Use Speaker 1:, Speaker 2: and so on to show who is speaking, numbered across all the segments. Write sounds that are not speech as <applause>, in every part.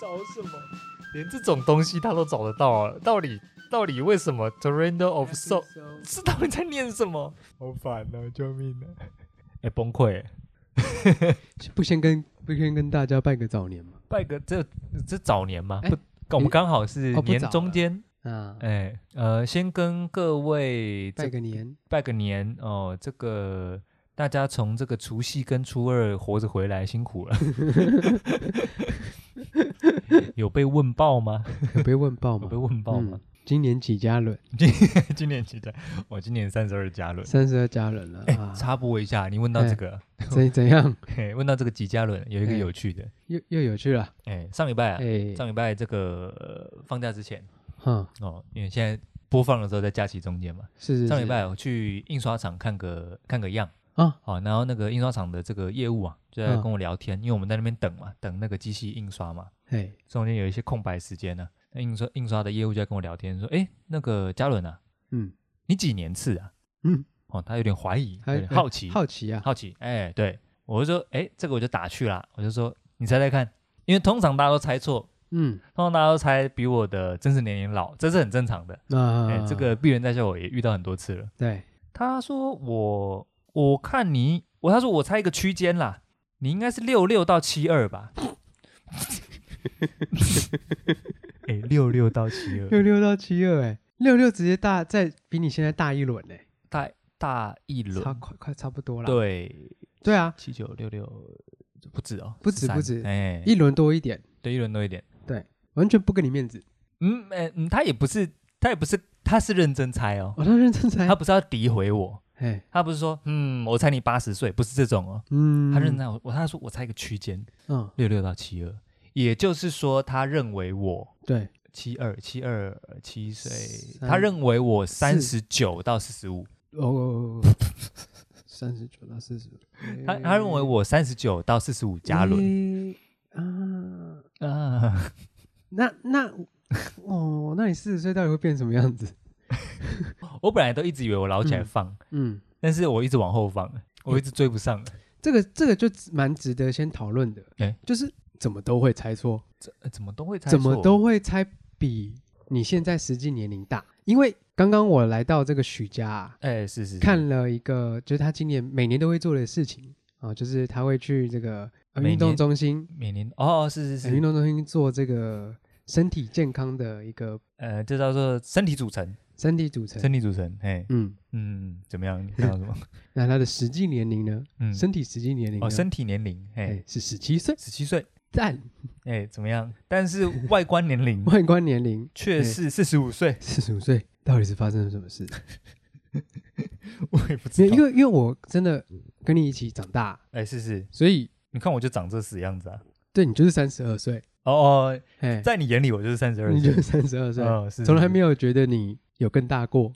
Speaker 1: 搞什么？
Speaker 2: 连这种东西他都找得到啊！到底到底为什么 Torrent <laughs> of Soul 是到底在念什么？好烦哦！救命啊！哎、崩溃！
Speaker 3: 不先跟不先跟大家拜个早年嘛？
Speaker 2: 拜个这这早年嘛，
Speaker 3: 哎
Speaker 2: 不，我们刚好是
Speaker 3: 哦不
Speaker 2: 年
Speaker 3: 早
Speaker 2: 中
Speaker 3: 了
Speaker 2: 间，
Speaker 3: 啊，
Speaker 2: 哎、呃，先跟各位这
Speaker 3: 拜个年，
Speaker 2: 拜个年哦，这个大家从这个除夕跟初二活着回来，辛
Speaker 3: <laughs>
Speaker 2: 苦了。有被问爆吗？
Speaker 3: 有被问爆
Speaker 2: 有
Speaker 3: 吗
Speaker 2: 被？问爆吗
Speaker 3: 嗯？，今年几家人？
Speaker 2: <laughs> 今年几载？我今年三十二加仑。
Speaker 3: 三十二家人了
Speaker 2: 哎、
Speaker 3: 啊！
Speaker 2: <laughs> 插播一下，你问到这个，
Speaker 3: 怎怎样？
Speaker 2: 嘿问到这个几加仑，有一个
Speaker 3: 哎
Speaker 2: 有趣的，
Speaker 3: 又又有趣了？
Speaker 2: 哎、上礼拜啊，
Speaker 3: 哎，
Speaker 2: 上礼拜这个、呃放假之前
Speaker 3: 哈，
Speaker 2: 哦，因为现在播放的时候在假期中间嘛，
Speaker 3: 是是
Speaker 2: 上礼
Speaker 3: 是
Speaker 2: 拜我去印刷厂看个看个样
Speaker 3: 啊，
Speaker 2: 好、然后那个印刷厂的这个业务啊，就在
Speaker 3: 嗯
Speaker 2: 跟我聊天，因为我们在那边等嘛，等那个机器印刷嘛，
Speaker 3: 哎，
Speaker 2: 中间有一些空白时间呢、那印刷印刷的业务就在跟我聊天，说，哎，那个嘉伦啊，
Speaker 3: 嗯
Speaker 2: 你几年次啊？
Speaker 3: 嗯，
Speaker 2: 哦，他有点怀疑，有
Speaker 3: 还
Speaker 2: 点好奇，
Speaker 3: 好奇啊，
Speaker 2: 好奇，哎，对，我就说，哎，这个我就打趣啦，我就说，你猜猜看，因为通常大家都猜错，
Speaker 3: 嗯
Speaker 2: 通常大家都猜比我的真实年龄老，这是很正常的，哎、
Speaker 3: 啊，
Speaker 2: 这个鄙人在下我也遇到很多次了。
Speaker 3: 对，
Speaker 2: 他说我我看你，我他说我猜一个区间啦，你应该是六六到七二
Speaker 3: <laughs>
Speaker 2: 吧。哎，六六到七
Speaker 3: 六
Speaker 2: 二，
Speaker 3: 六到七二，哎，六六直接大，再比你现在大一轮哎，
Speaker 2: 大大一轮
Speaker 3: 差，快快差不多了。
Speaker 2: 对，
Speaker 3: 对啊，
Speaker 2: 七九六六不止哦，
Speaker 3: 不止
Speaker 2: 13
Speaker 3: 不止
Speaker 2: 哎，
Speaker 3: 一轮多一点，
Speaker 2: 对一轮多一点。
Speaker 3: 完全不给你面子。
Speaker 2: 嗯，哎，嗯，他也不是，他也不是，他是认真猜哦，
Speaker 3: 我他认真猜
Speaker 2: 他，不是要诋毁我，
Speaker 3: 哎，
Speaker 2: 他不是说，嗯，我猜你八十岁，不是这种哦，
Speaker 3: 嗯，
Speaker 2: 他认真猜我，我他说我猜一个区间，
Speaker 3: 嗯，
Speaker 2: 六六到七二，也就是说，他认为我
Speaker 3: 对，
Speaker 2: 七二七二七岁，
Speaker 3: 三
Speaker 2: 他认为我三十九到四十五，
Speaker 3: 哦， <laughs> 三十九到四十，
Speaker 2: <laughs> 他他认为我三十九到四十五加仑
Speaker 3: 诶啊，
Speaker 2: 啊，
Speaker 3: 那那哦，那你四十岁到底会变什么样子？
Speaker 2: <laughs> 我本来都一直以为我捞起来放，
Speaker 3: 嗯，
Speaker 2: 但是我一直往后放，我一直追不上，
Speaker 3: 这个这个就蛮值得先讨论的，
Speaker 2: 诶
Speaker 3: 就是怎么都会猜错，
Speaker 2: 这呃怎么都会猜错，
Speaker 3: 嗯怎么都会猜比你现在实际年龄大，因为刚刚我来到这个许家、啊，
Speaker 2: 哎是是是
Speaker 3: 看了一个，就是他今年每年都会做的事情啊，就是他会去这个、呃
Speaker 2: 每年
Speaker 3: 运动中心，
Speaker 2: 每年哦是
Speaker 3: 呃
Speaker 2: 是
Speaker 3: 运
Speaker 2: 是，
Speaker 3: 动中心做这个身体健康的一个
Speaker 2: 呃这叫做身体组成，
Speaker 3: 身体组成。
Speaker 2: 身体组成，哎
Speaker 3: 嗯，
Speaker 2: 嗯怎么样？你看到什
Speaker 3: <laughs>
Speaker 2: 么？
Speaker 3: 那他的实际年龄呢？
Speaker 2: 嗯
Speaker 3: 身体实际年龄呢
Speaker 2: 哦身体年龄，哎
Speaker 3: 哎是十七岁，
Speaker 2: 十七岁。
Speaker 3: 但
Speaker 2: 哎，怎么样？但是外观年龄
Speaker 3: 外观年龄
Speaker 2: 却
Speaker 3: 哎
Speaker 2: 是四十五岁，
Speaker 3: 四十五岁，到底是发生了什么
Speaker 2: <laughs>
Speaker 3: 事？
Speaker 2: 我也不
Speaker 3: 因为因为因为我真的跟你一起长大，
Speaker 2: 哎，是是，
Speaker 3: 所以
Speaker 2: 你看我就长这死样子啊。
Speaker 3: 对你就是三十二岁，
Speaker 2: 哦哦，
Speaker 3: 哎，
Speaker 2: 在你眼里我就是三十二
Speaker 3: 你就
Speaker 2: 岁
Speaker 3: 是，三十二岁，
Speaker 2: 哦，是
Speaker 3: 从来没
Speaker 2: 有。
Speaker 3: 有觉得你有更大过，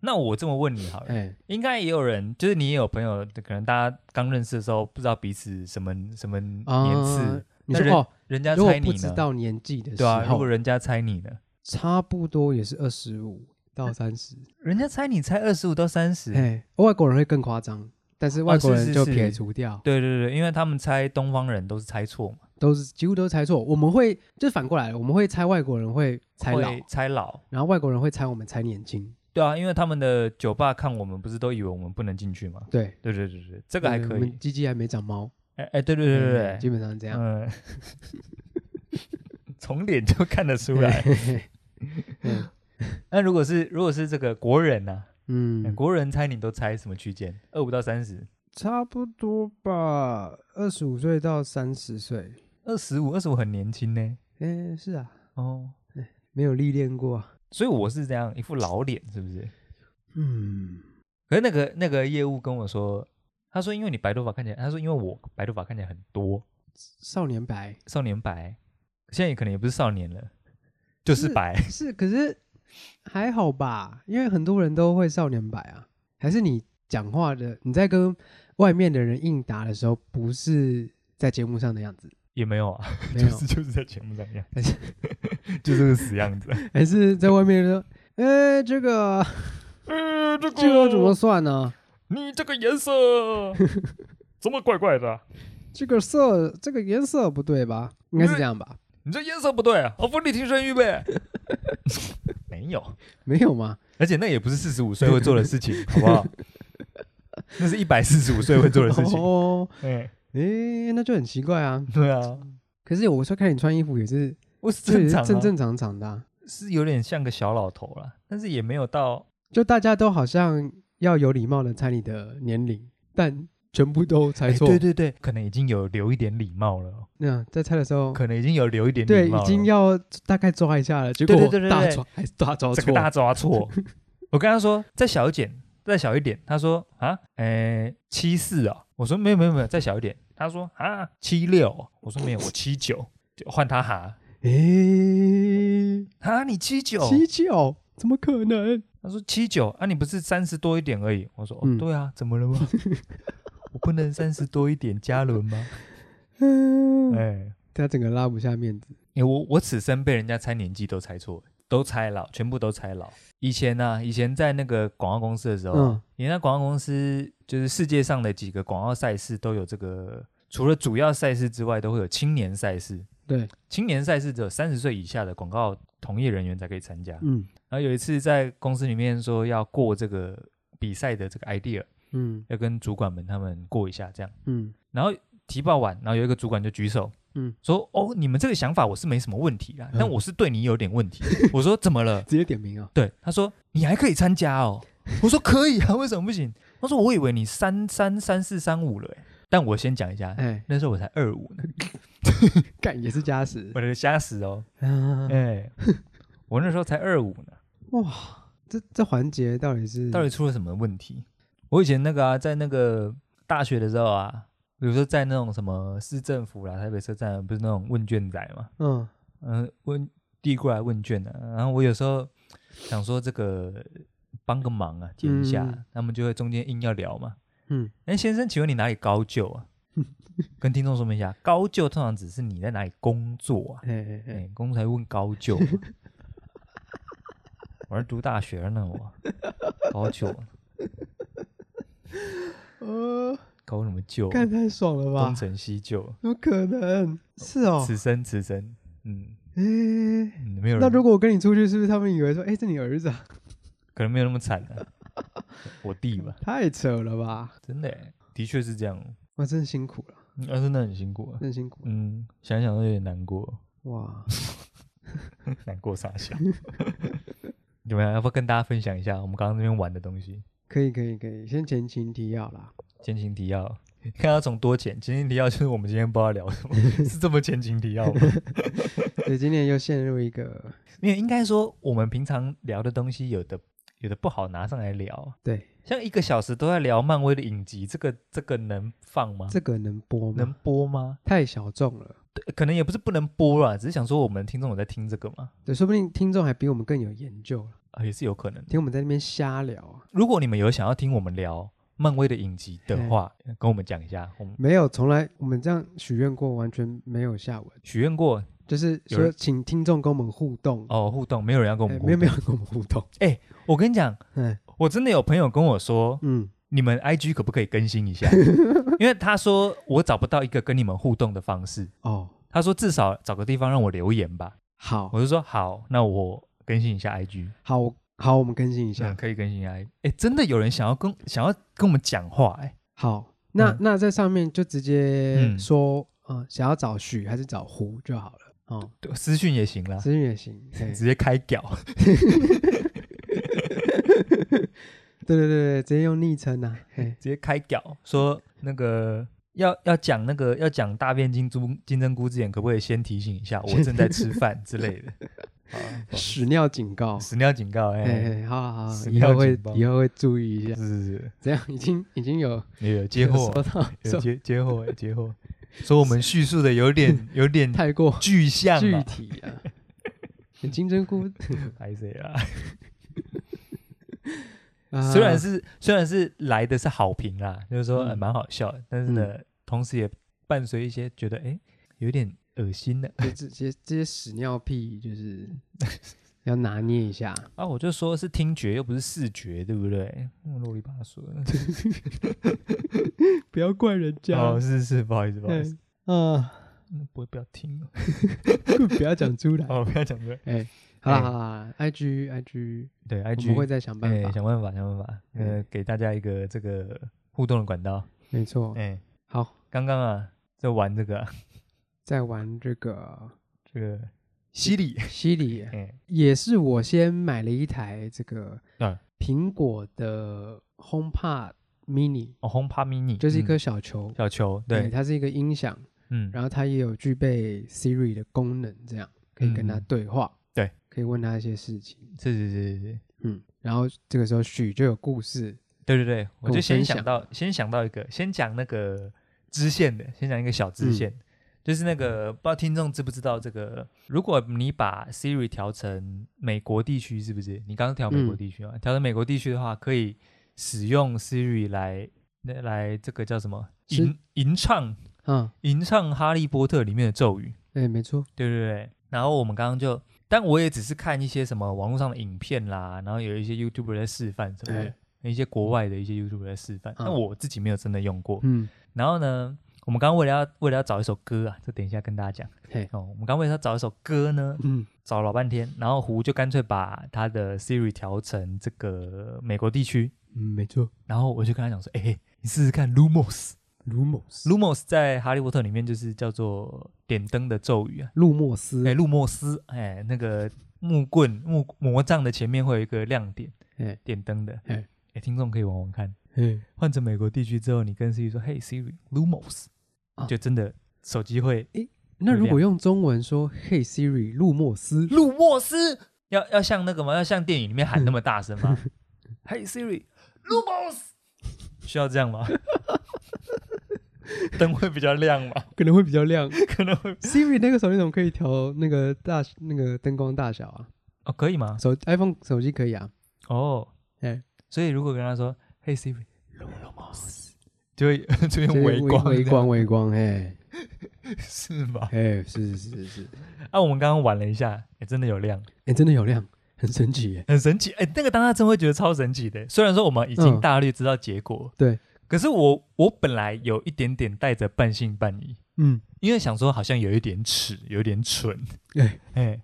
Speaker 2: 那我这么问你好了，
Speaker 3: 哎，
Speaker 2: 应该也有人，就是你也有朋友，可能大家刚认识的时候不知道彼此什么什么年
Speaker 3: 啊
Speaker 2: 次，，
Speaker 3: 你
Speaker 2: 那
Speaker 3: 说哦，
Speaker 2: 人家
Speaker 3: 如果
Speaker 2: 猜
Speaker 3: 不
Speaker 2: 你
Speaker 3: 知
Speaker 2: 呢？
Speaker 3: 道年纪的时
Speaker 2: 对啊，如
Speaker 3: 候
Speaker 2: 果，人家猜你呢？
Speaker 3: 差不多也是二十五到三十。
Speaker 2: 人家猜你猜二十五到三十，
Speaker 3: 哎，外国人会更夸张，但是外
Speaker 2: 哦
Speaker 3: 国
Speaker 2: 是
Speaker 3: 人
Speaker 2: 是
Speaker 3: 就是撇除掉，
Speaker 2: 对对对，因为他们猜东方人都是猜错嘛，
Speaker 3: 都是几乎都是猜错。我们会就反过来，我们会猜外国人会猜老，
Speaker 2: 会猜老，
Speaker 3: 然后外国人会猜我们猜年轻。
Speaker 2: 对啊，因为他们的酒吧看我们，不是都以为我们不能进去吗？
Speaker 3: 对，
Speaker 2: 对对对对，这个还
Speaker 3: 对
Speaker 2: 可
Speaker 3: 我
Speaker 2: 以
Speaker 3: 们。鸡鸡还没长毛，
Speaker 2: 哎哎，对对对对
Speaker 3: 哎
Speaker 2: 对，
Speaker 3: 基本上是这样。
Speaker 2: 嗯，从脸就看得出来。
Speaker 3: 嗯
Speaker 2: <laughs> 那如果是如果是这个国人呢、哎
Speaker 3: 嗯，
Speaker 2: 国人猜你都猜什么区间？二五到三十，
Speaker 3: 差不多吧，二十五岁到三十岁。
Speaker 2: 二十五，二十五很年轻呢。
Speaker 3: 哎，是啊，
Speaker 2: 哦，
Speaker 3: 没有历练过啊。
Speaker 2: 所以我是这样一副老脸，是不是？
Speaker 3: 嗯，
Speaker 2: 可是那个那个业务跟我说，他说因为你白头发看起来，他说因为我白头发看起来很多，
Speaker 3: 少年白。
Speaker 2: 少年白，现在也可能也不是少年了，就是
Speaker 3: 是
Speaker 2: 白。
Speaker 3: 是，可是还好吧，因为很多人都会少年白啊。还是你讲话的，你在跟外面的人应答的时候，不是在节目上的
Speaker 2: <laughs>
Speaker 3: 样子，
Speaker 2: 也没有啊，
Speaker 3: 没有，
Speaker 2: 就是就是在节目上一
Speaker 3: <laughs>
Speaker 2: 样，就是个死样子。
Speaker 3: 还是在外
Speaker 2: <laughs>
Speaker 3: 面说，哎、这个
Speaker 4: 呃，这个
Speaker 3: 这个要怎么算呢？
Speaker 4: 你这个颜
Speaker 2: <laughs>
Speaker 4: 色怎么怪怪的？
Speaker 3: 这个色，这个颜色不对吧？应该是这样吧？
Speaker 4: 你这颜色不对，我扶你挺身预备。
Speaker 2: <laughs> 没有，
Speaker 3: 没有吗？
Speaker 2: 而且那也不是四十五岁会做的事情，好
Speaker 4: <laughs>
Speaker 2: 不好？那是一百四十五岁会做的事情。
Speaker 3: <laughs> 哦，
Speaker 2: 哎，
Speaker 3: 诶，那就很奇怪啊。
Speaker 2: 对啊，
Speaker 3: 可是我说看你穿衣服也是，
Speaker 2: 我是
Speaker 3: 这
Speaker 2: 正
Speaker 3: 也是
Speaker 2: 常、啊，
Speaker 3: 正正常常的啊、
Speaker 2: 是有点像个小老头啦，但是也没有到
Speaker 3: 就大家都好像要有礼貌的猜你的年龄，但全部都猜
Speaker 2: 哎
Speaker 3: 错。
Speaker 2: 对对对，可能已经有留一点礼貌了哦，
Speaker 3: 那在猜的时候，
Speaker 2: 可能已经有留一点
Speaker 3: 对
Speaker 2: 礼貌
Speaker 3: 已
Speaker 2: 了，
Speaker 3: 经要大概抓一下了，结
Speaker 2: 对
Speaker 3: 果
Speaker 2: 对对对
Speaker 3: 大
Speaker 2: 对
Speaker 3: 抓还是大抓
Speaker 2: 整个
Speaker 3: 错。
Speaker 2: 大抓
Speaker 3: <laughs>
Speaker 2: 错。我跟他说再小一点，再小一点。他说啊，诶七四啊。我说没有没有没有，再小一点。他说啊七六哦。我说没有，我七九。就换他哈
Speaker 3: 诶，
Speaker 2: 啊，你七九？
Speaker 3: 哎七九怎么可能？
Speaker 2: 他说七九啊，你不是三十多一点而已。我说哦，
Speaker 3: 嗯
Speaker 2: 对啊，怎么了
Speaker 3: <laughs>
Speaker 2: 吗？我不能三十多一点加仑吗？
Speaker 3: 嗯，
Speaker 2: 哎、
Speaker 3: 他整个拉不下面子。
Speaker 2: 欸，我我此生被人家猜年纪都猜错，都猜老，全部都猜老。以前呢、啊，以前在那个广告公司的时候啊，
Speaker 3: 嗯
Speaker 2: 你那广告公司就是世界上的几个广告赛事都有这个，除了主要赛事之外，都会有青年赛事。
Speaker 3: 对，
Speaker 2: 青年赛事只有三十岁以下的广告从业人员才可以参加。
Speaker 3: 嗯
Speaker 2: 然后有一次在公司里面说要过这个比赛的这个 idea，
Speaker 3: 嗯
Speaker 2: 要跟主管们他们过一下这样。
Speaker 3: 嗯
Speaker 2: 然后提报完，然后有一个主管就举手，
Speaker 3: 嗯，
Speaker 2: 说哦，你们这个想法我是没什么问题啦，
Speaker 3: 嗯
Speaker 2: 但我是对你有点问题。我说怎么了？
Speaker 3: 直接点名啊。
Speaker 2: 对，他说你还可以参加
Speaker 3: <laughs>
Speaker 2: 哦。我说可以啊，为什么不行？他说我以为你三三三四三五了、欸，但我先讲一下，
Speaker 3: 哎，
Speaker 2: 那时候我才二五
Speaker 3: <laughs>
Speaker 2: 呢，
Speaker 3: 干也是加时
Speaker 2: 我。的瞎死哦，
Speaker 3: 啊
Speaker 2: 哎、我那时候才二五呢，
Speaker 3: 哇，这这环节到底是
Speaker 2: 到底出了什么问题？我以前那个啊，在那个大学的时候啊，比如说在那种什么市政府啦、台北车站，啊不是那种问卷仔嘛，
Speaker 3: 嗯
Speaker 2: 嗯，问递过来问卷的、啊，然后我有时候想说这个帮个忙啊，填一下，
Speaker 3: 嗯
Speaker 2: 他们就会中间硬要聊嘛。
Speaker 3: 嗯
Speaker 2: 哎，先生，请问你哪里高就
Speaker 3: <laughs>
Speaker 2: 啊？跟听众说明一下，高就通常只是你在哪里工作啊？
Speaker 3: 哎哎哎
Speaker 2: 哎，工作才问高就、
Speaker 3: <laughs>
Speaker 2: 啊。我是读大学呢，我高就啊哎
Speaker 3: 呃，
Speaker 2: 高什么就？啊
Speaker 3: 干太爽了吧
Speaker 2: 东？成西就，啊
Speaker 3: 怎么可能？是哦，
Speaker 2: 此生此生，嗯，
Speaker 3: 诶，
Speaker 2: 嗯没有
Speaker 3: 那
Speaker 2: 人
Speaker 3: 如果我跟你出去，是不是他们以为说，诶，这你儿子啊？
Speaker 2: 可能没有那么惨啊，
Speaker 3: <laughs>
Speaker 2: 我弟吧，
Speaker 3: 太扯了吧！
Speaker 2: 真的欸，的确是这样。
Speaker 3: 哇，真辛苦了，
Speaker 2: 嗯啊，真的很辛苦啊。
Speaker 3: 真辛苦了
Speaker 2: 嗯，想一想都有点难过，啊
Speaker 3: 哇！
Speaker 2: <laughs> 难过傻
Speaker 3: <laughs>
Speaker 2: 笑。怎么样？要不要跟大家分享一下我们刚刚那边玩的东西？
Speaker 3: 可以可以可以，先前情提要啦。
Speaker 2: 前情提要， <laughs> 看要从多浅。前情提要就是我们今天不知道聊
Speaker 3: <laughs>
Speaker 2: 什么，是这么前情提要吗？
Speaker 3: 对，今年又陷入一个
Speaker 2: 因为应该说我们平常聊的东西，有的有的不好拿上来聊。
Speaker 3: 对
Speaker 2: 像一个小时都在聊漫威的影集，这个这个能放吗？
Speaker 3: 这个能播
Speaker 2: 能
Speaker 3: 吗？
Speaker 2: 播吗？
Speaker 3: 太小众了。
Speaker 2: 对可能也不是不能播啦，只是想说我们听众有在听这个嘛，
Speaker 3: 对，说不定听众还比我们更有研究了，
Speaker 2: 啊，也是有可能的。
Speaker 3: 听我们在那边瞎聊啊，
Speaker 2: 如果你们有想要听我们聊漫威的影集的话，跟我们讲一下。我们
Speaker 3: 没有，从来我们这样许愿过，完全没有下文。
Speaker 2: 许愿过
Speaker 3: 就是
Speaker 2: 有人
Speaker 3: 说，请听众跟我们互动，
Speaker 2: 哦，互动没有人要跟我
Speaker 3: 哎
Speaker 2: 们互
Speaker 3: 没有
Speaker 2: 动。
Speaker 3: 没有跟我们互
Speaker 2: <laughs>
Speaker 3: 动。
Speaker 2: 我跟你讲，
Speaker 3: 嗯
Speaker 2: 我真的有朋友跟我说，
Speaker 3: 嗯，
Speaker 2: 你们 IG 可不可以更新一
Speaker 3: <laughs>
Speaker 2: 下？因为他说我找不到一个跟你们互动的方式。
Speaker 3: 哦，
Speaker 2: 他说至少找个地方让我留言吧。
Speaker 3: 好
Speaker 2: 我就说好，那我更新一下 IG。
Speaker 3: 好好，我们更新一下
Speaker 2: 嗯，。可以更新一下 IG。哎，真的有人想要跟想要跟我们讲话哎、
Speaker 3: 好，那、
Speaker 2: 嗯
Speaker 3: 那在上面就直接
Speaker 2: 嗯
Speaker 3: 说，嗯、想要找许还是找胡就好了。哦，
Speaker 2: 对私讯也行啦，
Speaker 3: 资讯也行。嘿
Speaker 2: 直接开屌。 <laughs>
Speaker 3: 对对对对，直接用昵称呐。嘿，
Speaker 2: 直接开屌说那个要要讲那个要讲大便金珠金针菇之前，可不可以先提醒一
Speaker 3: <laughs>
Speaker 2: 下我正在吃饭之类的？好啊不好意
Speaker 3: 屎尿警告
Speaker 2: 思，。屎尿警告，哎、
Speaker 3: 嘿嘿，好好好，
Speaker 2: 屎
Speaker 3: 以
Speaker 2: 尿
Speaker 3: 后会
Speaker 2: 警报
Speaker 3: 以后会注意一下
Speaker 2: 是。是是，
Speaker 3: 这样已经已经有
Speaker 2: 也有接
Speaker 3: 有 <laughs>
Speaker 2: 货
Speaker 3: 收，到
Speaker 2: 有
Speaker 3: 收
Speaker 2: 接接货，有接货，说我们叙述的有
Speaker 3: <laughs>
Speaker 2: 点有点
Speaker 3: 太过
Speaker 2: 具象
Speaker 3: 具
Speaker 2: 嘛，
Speaker 3: 体啊。金针
Speaker 2: <laughs>
Speaker 3: 菇，
Speaker 2: 还是啊？<laughs>
Speaker 3: 啊
Speaker 2: 虽然是虽然是来的是好评啦，就是说
Speaker 3: 嗯
Speaker 2: 呃蛮、好笑的，但是呢，同时也伴随一些觉得哎、诶有点恶心的
Speaker 3: 就这些这些屎尿屁，就是
Speaker 2: <laughs>
Speaker 3: 要拿捏一下。
Speaker 2: 啊，我就说是听觉又不是视觉，对不对？嗯啰里吧
Speaker 3: <laughs>
Speaker 2: 嗦的。
Speaker 3: 不要怪人
Speaker 2: 哦哦，是是，不好意思，不好意思。
Speaker 3: 嗯，啊
Speaker 2: 嗯不会不要听 <laughs> 了。
Speaker 3: <laughs> 不要讲出来。
Speaker 2: 好了，不要讲这个。
Speaker 3: 哎、好了
Speaker 2: 哎
Speaker 3: 好了，IG IG，
Speaker 2: 对
Speaker 3: 我们会
Speaker 2: ，IG，
Speaker 3: 再想办
Speaker 2: 哎，
Speaker 3: 法。
Speaker 2: 想办法，想办法，呃
Speaker 3: 嗯，
Speaker 2: 给大家一个这个互动的管道。
Speaker 3: 没错，
Speaker 2: 哎，
Speaker 3: 好，
Speaker 2: 刚刚啊，在玩这个啊
Speaker 3: 再玩这个
Speaker 2: 这个犀利，<laughs>
Speaker 3: 犀利，
Speaker 2: 哎，
Speaker 3: 也是我先买了一台这个
Speaker 2: 嗯
Speaker 3: 苹果的 HomePod Mini，
Speaker 2: 哦，HomePod Mini
Speaker 3: 就是一颗
Speaker 2: 嗯
Speaker 3: 小球，
Speaker 2: 小球，
Speaker 3: 哎
Speaker 2: 对，
Speaker 3: 它是一个音响，
Speaker 2: 嗯，
Speaker 3: 然后它也有具备 Siri 的功能，这样可以跟它
Speaker 2: 嗯
Speaker 3: 对话，
Speaker 2: 对，
Speaker 3: 可以问它一些事情，
Speaker 2: 是是是是是，
Speaker 3: 嗯，然后这个时候许就有故事，
Speaker 2: 对对对，我
Speaker 3: 跟
Speaker 2: 就
Speaker 3: 我
Speaker 2: 先
Speaker 3: 分
Speaker 2: 想
Speaker 3: 享
Speaker 2: 到，先想到一个，先讲那个支线的，先讲一个小支
Speaker 3: 嗯
Speaker 2: 线，就是那个不知道听众知不知道这个，如果你把 Siri 调成美国地区，是不是？你刚刚调美国
Speaker 3: 嗯
Speaker 2: 地区啊，调成美国地区的话，可以使用 Siri 来来来这个叫什么
Speaker 3: 是
Speaker 2: 吟吟唱
Speaker 3: 嗯，
Speaker 2: 吟唱《哈利波特》里面的咒语，
Speaker 3: 哎，没错，
Speaker 2: 对对对，然后我们刚刚就，但我也只是看一些什么网络上的影片啦，然后有一些 YouTuber 在示范什么的
Speaker 3: 哎，
Speaker 2: 一些国外的一些 YouTuber 在示范，
Speaker 3: 嗯
Speaker 2: 但我自己没有真的用过。
Speaker 3: 嗯，
Speaker 2: 然后呢，我们刚刚为了要为了要找一首歌啊，这等一下跟大家讲
Speaker 3: 嘿，
Speaker 2: 哦。我们刚刚为了要找一首歌呢，
Speaker 3: 嗯，
Speaker 2: 找了老半天，然后胡就干脆把他的 Siri 调成这个美国地区，
Speaker 3: 嗯，没错
Speaker 2: 然后我就跟他讲说，哎、嘿你试试看 Lumos。
Speaker 3: 卢某斯，
Speaker 2: Lumos 在《哈利波特》里面就是叫做点灯的咒语啊，
Speaker 3: 路莫斯
Speaker 2: 哎，，路莫斯，哎，那个木棍木魔杖的前面会有一个亮点，
Speaker 3: 哎
Speaker 2: 点灯的，
Speaker 3: 哎
Speaker 2: 哎，听众可以玩玩看。
Speaker 3: 哎，
Speaker 2: 换成美国地区之后，你跟 Siri 说嘿 Siri Lumos”，、
Speaker 3: 啊
Speaker 2: 就真的手机会
Speaker 3: 那如
Speaker 2: 流
Speaker 3: 果用中文说 “Hey Siri”，路莫斯，
Speaker 2: 路莫斯，要要像那个吗？要像电影里面喊那么大声 <laughs> 吗嘿 Siri Lumos”，需 <laughs> 要这样吗？ <laughs> 灯会比较亮嘛，
Speaker 3: <laughs> 可能会比较 <laughs> 亮。
Speaker 2: <laughs> 可能会
Speaker 3: Siri 那个手电筒可以调那个大那个灯光大小啊，
Speaker 2: 哦，可以吗？
Speaker 3: 手 iPhone 手机可以啊。
Speaker 2: 哦，
Speaker 3: 哎，
Speaker 2: 所以如果跟他说嘿
Speaker 3: <laughs>
Speaker 2: Siri Lumos”，就会出现微光，
Speaker 3: 微光，微光，哎
Speaker 2: 是吗？
Speaker 3: 哎，是是是是是，
Speaker 2: 啊，我们刚刚玩了一下，哎、真的有亮，
Speaker 3: 哎，真的有亮，很神奇耶。
Speaker 2: 很神奇。哎、那个当下真会觉得超神奇的。虽然说我们已经
Speaker 3: 嗯
Speaker 2: 大略知道结果，
Speaker 3: 对，
Speaker 2: 可是我我本来有一点点带着半信半疑，
Speaker 3: 嗯，
Speaker 2: 因为想说好像有一点耻，有一点蠢，
Speaker 3: 哎，
Speaker 2: 哎、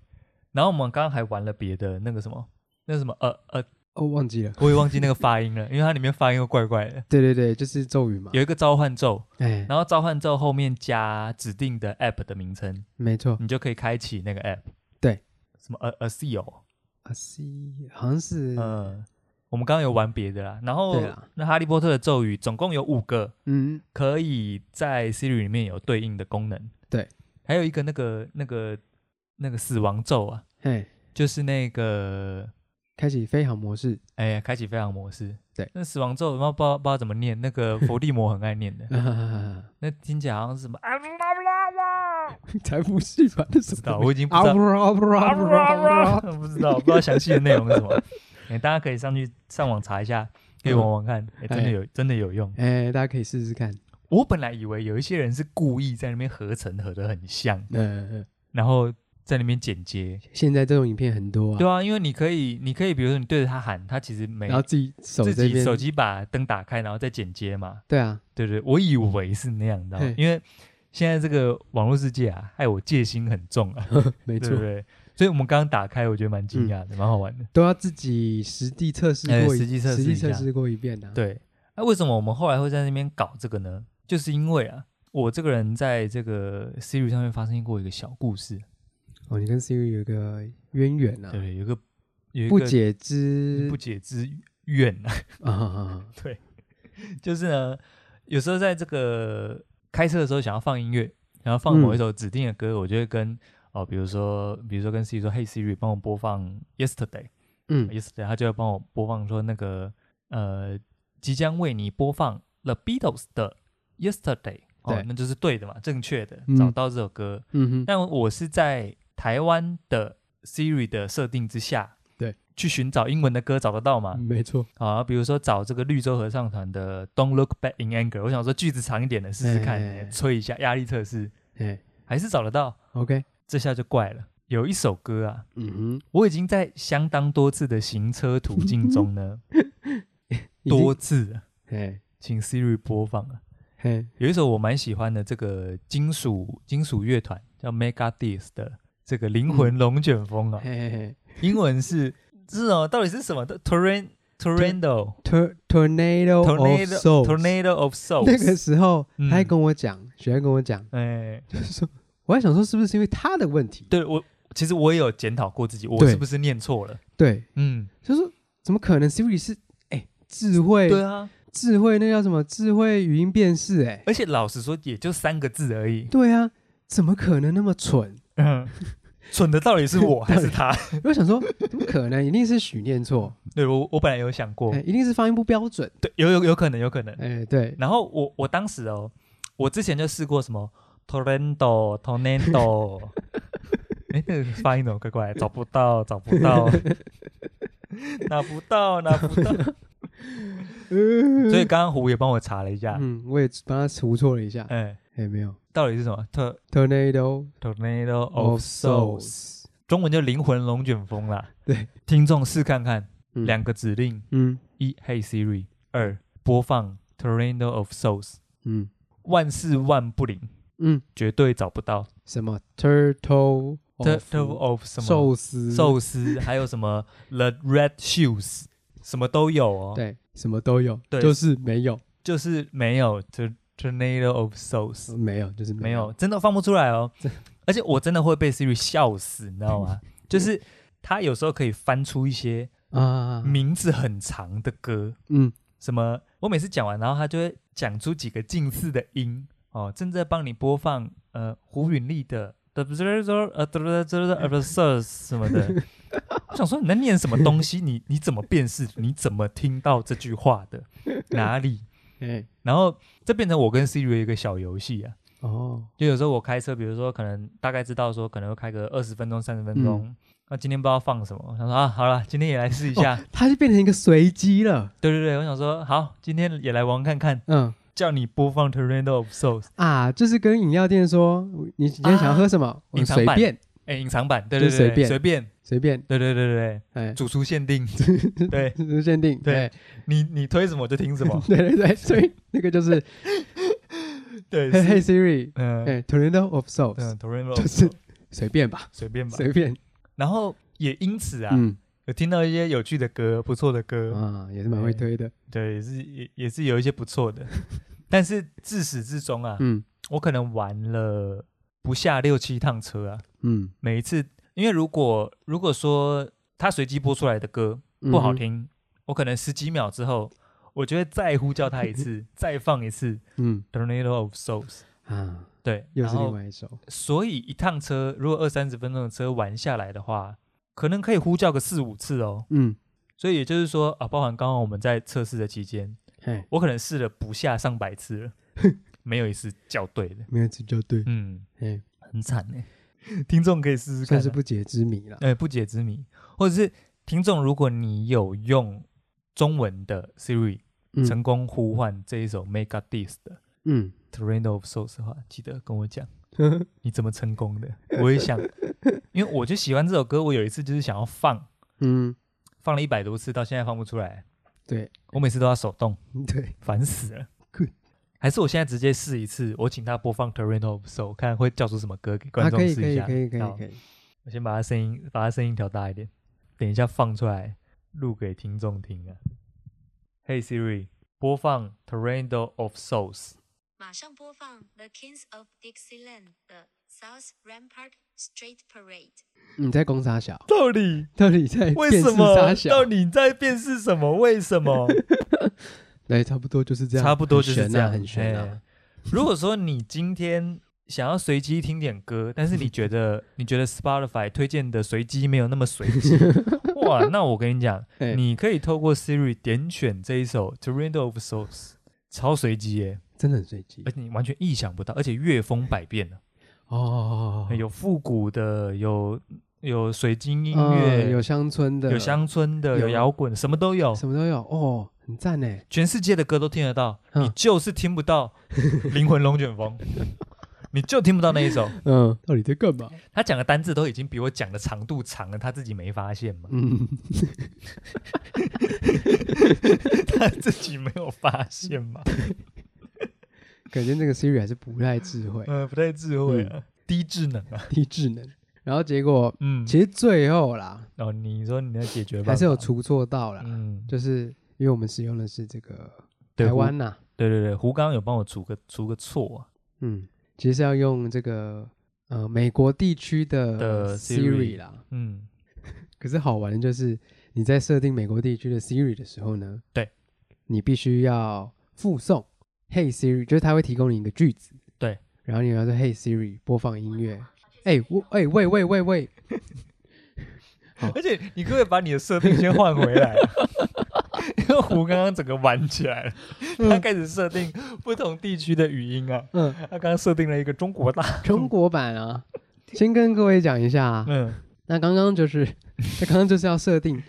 Speaker 2: 然后我们刚刚还玩了别的那个什么，那个什么呃呃，
Speaker 3: 哦，忘记了，
Speaker 2: 我也忘记那个发音了，因为它里面发音又怪怪的。
Speaker 3: 对对对，就是咒语嘛。
Speaker 2: 有一个召唤咒，
Speaker 3: 哎，
Speaker 2: 然后召唤咒后面加指定的 app 的名称，
Speaker 3: 没错，
Speaker 2: 你就可以开启那个 app。
Speaker 3: 对，
Speaker 2: 什么呃呃 s e o
Speaker 3: 啊西好像是，
Speaker 2: 嗯，我们刚刚有玩别的啦，然后
Speaker 3: 对啦
Speaker 2: 那哈利波特的咒语总共有五个，
Speaker 3: 嗯，
Speaker 2: 可以在 Siri 里面有对应的功能。
Speaker 3: 对，
Speaker 2: 还有一个那个那个那个死亡咒啊，
Speaker 3: 哎，
Speaker 2: 就是那个
Speaker 3: 开启飞行模 <laughs> 式，
Speaker 2: 哎呀，开启飞行模式。
Speaker 3: 对
Speaker 2: 那死亡咒不知道不知道不知道怎么念，那个伏地魔很爱念
Speaker 3: <laughs>
Speaker 2: 的，那听起来好像是什么啊不
Speaker 3: 才不是吧？那什
Speaker 2: 知道，
Speaker 3: 么？
Speaker 2: 我已经 <laughs> 不
Speaker 3: 啊
Speaker 2: 知道
Speaker 3: 不啊不啊不啊！
Speaker 2: 不知道，不知道详细的内容是什么。哎，大家可以上去上网查一下，可以玩玩看，哎，真的
Speaker 3: 哎
Speaker 2: 有真的有用。
Speaker 3: 哎，大家可以试试看。
Speaker 2: 我本来以为有一些人是故意在那边合成合的很像，
Speaker 3: 呃，
Speaker 2: 然后在那边剪接。
Speaker 3: 现在这种影片很多啊，
Speaker 2: 对啊，因为你可以，你可以比如说你对着他喊，他其实没
Speaker 3: 然后自己手
Speaker 2: 自
Speaker 3: 这
Speaker 2: 己
Speaker 3: 边，
Speaker 2: 手机把灯打开，然后再剪接嘛。
Speaker 3: 对啊，
Speaker 2: 对对，我以为是那样，你知道吗
Speaker 3: 嘿？
Speaker 2: 因为现在这个网络世界啊，害我戒心很重啊，
Speaker 3: 没
Speaker 2: 对
Speaker 3: 错嗯
Speaker 2: 不，对？所以我们刚刚打开，我觉得蛮惊讶的，蛮好玩的。
Speaker 3: 都要自己实地测试
Speaker 2: 哎
Speaker 3: 过一，
Speaker 2: 实际测试
Speaker 3: 实
Speaker 2: 一
Speaker 3: 际
Speaker 2: 下
Speaker 3: 测试过一遍的。，啊
Speaker 2: 对，那、为什么我们后来会在那边搞这个呢？就是因为啊，我这个人在这个 Siri 上面发生过一个小故事。
Speaker 3: 哦，你跟 Siri 有一个渊源啊，
Speaker 2: 对，有一个有一
Speaker 3: 不
Speaker 2: 个
Speaker 3: 解之
Speaker 2: 不解之怨啊， <laughs>
Speaker 3: 啊啊啊，
Speaker 2: 就是呢，有时候在这个开车的时候想要放音乐，想要放某
Speaker 3: 嗯
Speaker 2: 一首指定的歌，我就会跟哦，比如说比如说跟 Siri 说，嘿 Siri，帮我播放 Yesterday，Yesterday，、
Speaker 3: 嗯
Speaker 2: Yesterday，他就会帮我播放说那个呃，即将为你播放 The Beatles 的 Yesterday，哦
Speaker 3: 对，
Speaker 2: 那就是对的嘛，正确的，
Speaker 3: 嗯
Speaker 2: 找到这首歌。
Speaker 3: 嗯哼，
Speaker 2: 但我是在台湾的 Siri 的设定之下，
Speaker 3: 对，嗯
Speaker 2: 去寻找英文的歌找得到嘛？
Speaker 3: 没错，
Speaker 2: 啊，比如说找这个绿洲合唱团的《Don't Look Back in Anger》，我想说句子长一点的试试看，
Speaker 3: 哎
Speaker 2: 吹一下压力测试，
Speaker 3: 哎
Speaker 2: 还是找得到。
Speaker 3: ，OK，
Speaker 2: 这下就怪了，有一首歌啊，
Speaker 3: 嗯哼，
Speaker 2: 我已经在相当多次的行车途径中呢，
Speaker 3: 已经
Speaker 2: 多次
Speaker 3: 哎
Speaker 2: 请 Siri 播放了，啊
Speaker 3: 嘿，
Speaker 2: 有一首我蛮喜欢的，这个金属金属乐团叫 Mega Dis 的这个《灵魂龙卷风》啊，
Speaker 3: 嘿嘿嘿
Speaker 2: 英文是是哦，到底是什么？Tornado Tornado
Speaker 3: ，Tur- Tornado of
Speaker 2: Tornado
Speaker 3: Souls。
Speaker 2: Tornado of Souls
Speaker 3: 那个时候
Speaker 2: 嗯，
Speaker 3: 他还跟我讲，雪儿跟我讲，
Speaker 2: 哎，
Speaker 3: 就是说， <laughs> 我还想说是不是因为他的问题？
Speaker 2: 对我其实我也有检讨过自己，我
Speaker 3: 对
Speaker 2: 是不是念错了？
Speaker 3: 对，
Speaker 2: 嗯，
Speaker 3: 就是说怎么可能 Siri 是哎智慧
Speaker 2: 对啊，
Speaker 3: 智慧那叫什么智慧语音辨识哎、
Speaker 2: 而且老实说，也就三个字而已。 <laughs>
Speaker 3: 对啊，怎么可能那么蠢？
Speaker 2: 嗯，蠢的到底是我还是他？
Speaker 3: 我想说，怎么可能？一定是许念错，
Speaker 2: <laughs> 对我我本来有想过
Speaker 3: 哎、，一定是发音不标准。
Speaker 2: 对，有有有可能，有可能。
Speaker 3: 哎、对，
Speaker 2: 然后我我当时哦，我之前就试过什么 tornado tornado，哎，那个发音怎么怪怪？找不到，找不到，拿不到，拿不到。所以刚刚胡也帮我查了一下，
Speaker 3: 嗯，我也帮他除错了一下。哎、
Speaker 2: 啊哎，
Speaker 3: 没有
Speaker 2: 到底是什么？Tor-
Speaker 3: ，tornado
Speaker 2: tornado
Speaker 3: of
Speaker 2: of souls，
Speaker 3: souls。
Speaker 2: 中文就灵魂龙卷风啦。
Speaker 3: 对，
Speaker 2: 听众试看看
Speaker 3: 嗯
Speaker 2: 两个指令：
Speaker 3: 嗯
Speaker 2: 一，Hey Siri；二，播放 tornado of souls。
Speaker 3: 嗯
Speaker 2: 万事万不灵，
Speaker 3: 嗯，
Speaker 2: 绝对找不到。
Speaker 3: 什么 turtle of
Speaker 2: Turtle of 哦什么
Speaker 3: 寿司
Speaker 2: 寿司，还有什
Speaker 3: <laughs>
Speaker 2: 么 The Red Shoes，什么都有哦。，
Speaker 3: 对什么都有，
Speaker 2: 对
Speaker 3: 就是没有
Speaker 2: 就是没有 Tur- Tornado of Souls，
Speaker 3: 没有就是
Speaker 2: 没
Speaker 3: 有
Speaker 2: 有，真的放不出来哦。而且我真的会被 Siri 笑死，你知道
Speaker 3: 嗯
Speaker 2: 吗？就是他有时候可以翻出一些
Speaker 3: 啊，
Speaker 2: 名字很长的歌，
Speaker 3: 嗯
Speaker 2: 什么我每次讲完，然后他就会讲出几个近似的音哦。正在帮你播放呃胡允丽的。呃，不是说呃，不是说呃，不是什么的。我想说你在念什么东西？你你怎么辨识？你怎么听到这句话的？哪里？
Speaker 3: 哎、
Speaker 2: 然后这变成我跟 Siri 的一个小游戏啊。
Speaker 3: 哦
Speaker 2: 就有时候我开车，比如说可能大概知道说可能会开个二十分钟、三十分钟。那今天不知道放什么，我想说啊，好了，今天也来试一下。
Speaker 3: 它就变成一个随机了。
Speaker 2: 对对对，我想说好，今天也来玩看看。
Speaker 3: 嗯
Speaker 2: 叫你播放 Tornado of Souls，
Speaker 3: 啊，就是跟饮料店说，你今天想要喝什么，我
Speaker 2: 啊隐藏
Speaker 3: 随
Speaker 2: 版
Speaker 3: 便
Speaker 2: 哎，隐藏版，对
Speaker 3: 就
Speaker 2: 对
Speaker 3: 是
Speaker 2: 对，
Speaker 3: 随便
Speaker 2: 随便，
Speaker 3: 随便，
Speaker 2: 对对对对
Speaker 3: 哎
Speaker 2: 对，，主厨限定，对
Speaker 3: <laughs> 就是限定，，
Speaker 2: 对 <laughs> 你你推什么我就听什么
Speaker 3: <laughs> 对对对，所以那个就是
Speaker 2: <laughs> 对，
Speaker 3: 嘿嘿
Speaker 2: 是
Speaker 3: Siri，
Speaker 2: 嗯
Speaker 3: 哎，Tornado of Souls，
Speaker 2: 嗯，Tornado of
Speaker 3: 就是
Speaker 2: Souls，
Speaker 3: 随便吧，
Speaker 2: 随便吧。
Speaker 3: 随便，
Speaker 2: 然后也因此啊，
Speaker 3: 嗯
Speaker 2: 有听到一些有趣的歌，不错的歌，
Speaker 3: 啊，也是蛮会推的，
Speaker 2: 对，也是也也是有一些不错的。但是自始至终啊，
Speaker 3: 嗯
Speaker 2: 我可能玩了不下六七趟车啊，
Speaker 3: 嗯，
Speaker 2: 每一次，因为如果如果说他随机播出来的歌，
Speaker 3: 嗯
Speaker 2: 不好，听，我可能十几秒之后，我就会再呼叫他一
Speaker 3: <laughs>
Speaker 2: 次，再放一次
Speaker 3: 嗯
Speaker 2: Tornado of Souls。
Speaker 3: 啊，
Speaker 2: 对，
Speaker 3: 又
Speaker 2: 然
Speaker 3: 是另
Speaker 2: 后
Speaker 3: 外一首，
Speaker 2: 所以一趟车如果二三十分钟的车玩下来的话，可能可以呼叫个四五次哦。
Speaker 3: 嗯，
Speaker 2: 所以也就是说啊，包含刚刚我们在测试的期间，
Speaker 3: 嘿，
Speaker 2: 我可能试了不下上百次
Speaker 3: <laughs>
Speaker 2: 了，没有一次校对的。
Speaker 3: 没有这就对，
Speaker 2: 嗯，
Speaker 3: 哎，
Speaker 2: 很惨
Speaker 3: <laughs>
Speaker 2: 哎。听众可以试试看、
Speaker 3: 算
Speaker 2: 啊，
Speaker 3: 是不解之谜了，
Speaker 2: 呃不解之谜，或者是听众，如果你有用中文的 Siri 成
Speaker 3: 嗯
Speaker 2: 功呼唤这一首 Mega Dis 的
Speaker 3: 嗯，
Speaker 2: Tornado of Souls 的话，记得跟我
Speaker 3: <laughs>
Speaker 2: 讲你怎么成功的。我也想，因为我就喜欢这首歌，我有一次就是想要放，
Speaker 3: 嗯，
Speaker 2: 放了一百多次，到现在放不出来。
Speaker 3: 对
Speaker 2: 我每次都要手动，
Speaker 3: <laughs> 对，
Speaker 2: 烦死了
Speaker 3: Good。
Speaker 2: 还是我现在直接试一次，我请他播放 Tornado of Souls，看会叫出什么歌给观
Speaker 3: 啊，
Speaker 2: 众
Speaker 3: 可以
Speaker 2: 试
Speaker 3: 可
Speaker 2: 一
Speaker 3: 以
Speaker 2: 下。
Speaker 3: 可以可
Speaker 2: 好
Speaker 3: 以可以，
Speaker 2: 我先把它声音，把它声音调大一点，等一下放出来录给听众听啊。Hey Siri，播放 Tornado of Souls。
Speaker 1: 马上播放 The Kings of Dixieland 的 South Rampart Street Parade。
Speaker 3: 你在攻杀小，
Speaker 2: 到底
Speaker 3: 到底在
Speaker 2: 为
Speaker 3: 辨
Speaker 2: 什
Speaker 3: 识
Speaker 2: 么
Speaker 3: 杀？小
Speaker 2: 到？底在辨识什么？为什么？
Speaker 3: 对，差不多就是 <laughs> 这样，
Speaker 2: 差不多就是这
Speaker 3: 很悬啊
Speaker 2: 样，
Speaker 3: 很悬啊
Speaker 2: 哎。如果说你今天想要随机听点歌，但是你觉得
Speaker 3: 嗯
Speaker 2: 你觉得 Spotify 推荐的随机没有那么
Speaker 3: <laughs>
Speaker 2: 随机，哇，那我跟你讲，
Speaker 3: 哎
Speaker 2: 你可以透过 Siri 点选这一首《Tornado of Souls》，超随机耶，
Speaker 3: 真的很随机
Speaker 2: 而且你完全意想不到，而且乐风百变啊
Speaker 3: 哦，
Speaker 2: 哎有复古的，有有水晶音
Speaker 3: 嗯
Speaker 2: 乐，
Speaker 3: 有乡村的，
Speaker 2: 有乡村的，
Speaker 3: 有
Speaker 2: 有摇滚，什么都有，
Speaker 3: 什么都有哦，很赞呢。
Speaker 2: 全世界的歌都听得到，
Speaker 3: 嗯
Speaker 2: 你就是听不到
Speaker 3: <laughs>
Speaker 2: 《灵魂龙卷风》，你就听不到那一首。
Speaker 3: 嗯，到底在干嘛？
Speaker 2: 他讲的单字都已经比我讲的长度长了，他自己没发现 <laughs> 嘛？
Speaker 3: 嗯， <laughs>
Speaker 2: 他自己没有发现嘛？
Speaker 3: 可见这个 Siri 还是不太智慧、
Speaker 2: 呃，不太智慧
Speaker 3: 嗯
Speaker 2: 啊，低智能啊。
Speaker 3: 低智能。然后结果
Speaker 2: 嗯，
Speaker 3: 其实最后啦，
Speaker 2: 哦，你说你的解决办法
Speaker 3: 还是有出错到啦，
Speaker 2: 嗯，
Speaker 3: 就是因为我们使用的是这个
Speaker 2: 对
Speaker 3: 台湾呐、
Speaker 2: 对对对，胡刚有帮我除个除个错啊，
Speaker 3: 嗯，其实是要用这个呃美国地区的
Speaker 2: 的
Speaker 3: Siri
Speaker 2: Siri
Speaker 3: 啦。
Speaker 2: 嗯，
Speaker 3: 可是好玩的就是你在设定美国地区的 Siri 的时候呢，
Speaker 2: 对，
Speaker 3: 你必须要附送 “Hey Siri”，就是它会提供你一个句子，
Speaker 2: 对，
Speaker 3: 然后你要说 “Hey Siri” 播放音乐。哎、我哎、喂喂喂
Speaker 2: <laughs>
Speaker 3: 喂，
Speaker 2: 而且你可不可以把你的设定先换回
Speaker 3: <laughs>
Speaker 2: 来啊、因为胡刚刚整个玩起来了，他开始设定不同地区的语音啊，
Speaker 3: 嗯，
Speaker 2: 他刚刚设定了一个中国大，
Speaker 3: 中国版啊，先跟各位讲一下、啊，
Speaker 2: 嗯
Speaker 3: 那刚刚就是， <laughs> 那刚刚就是要设定，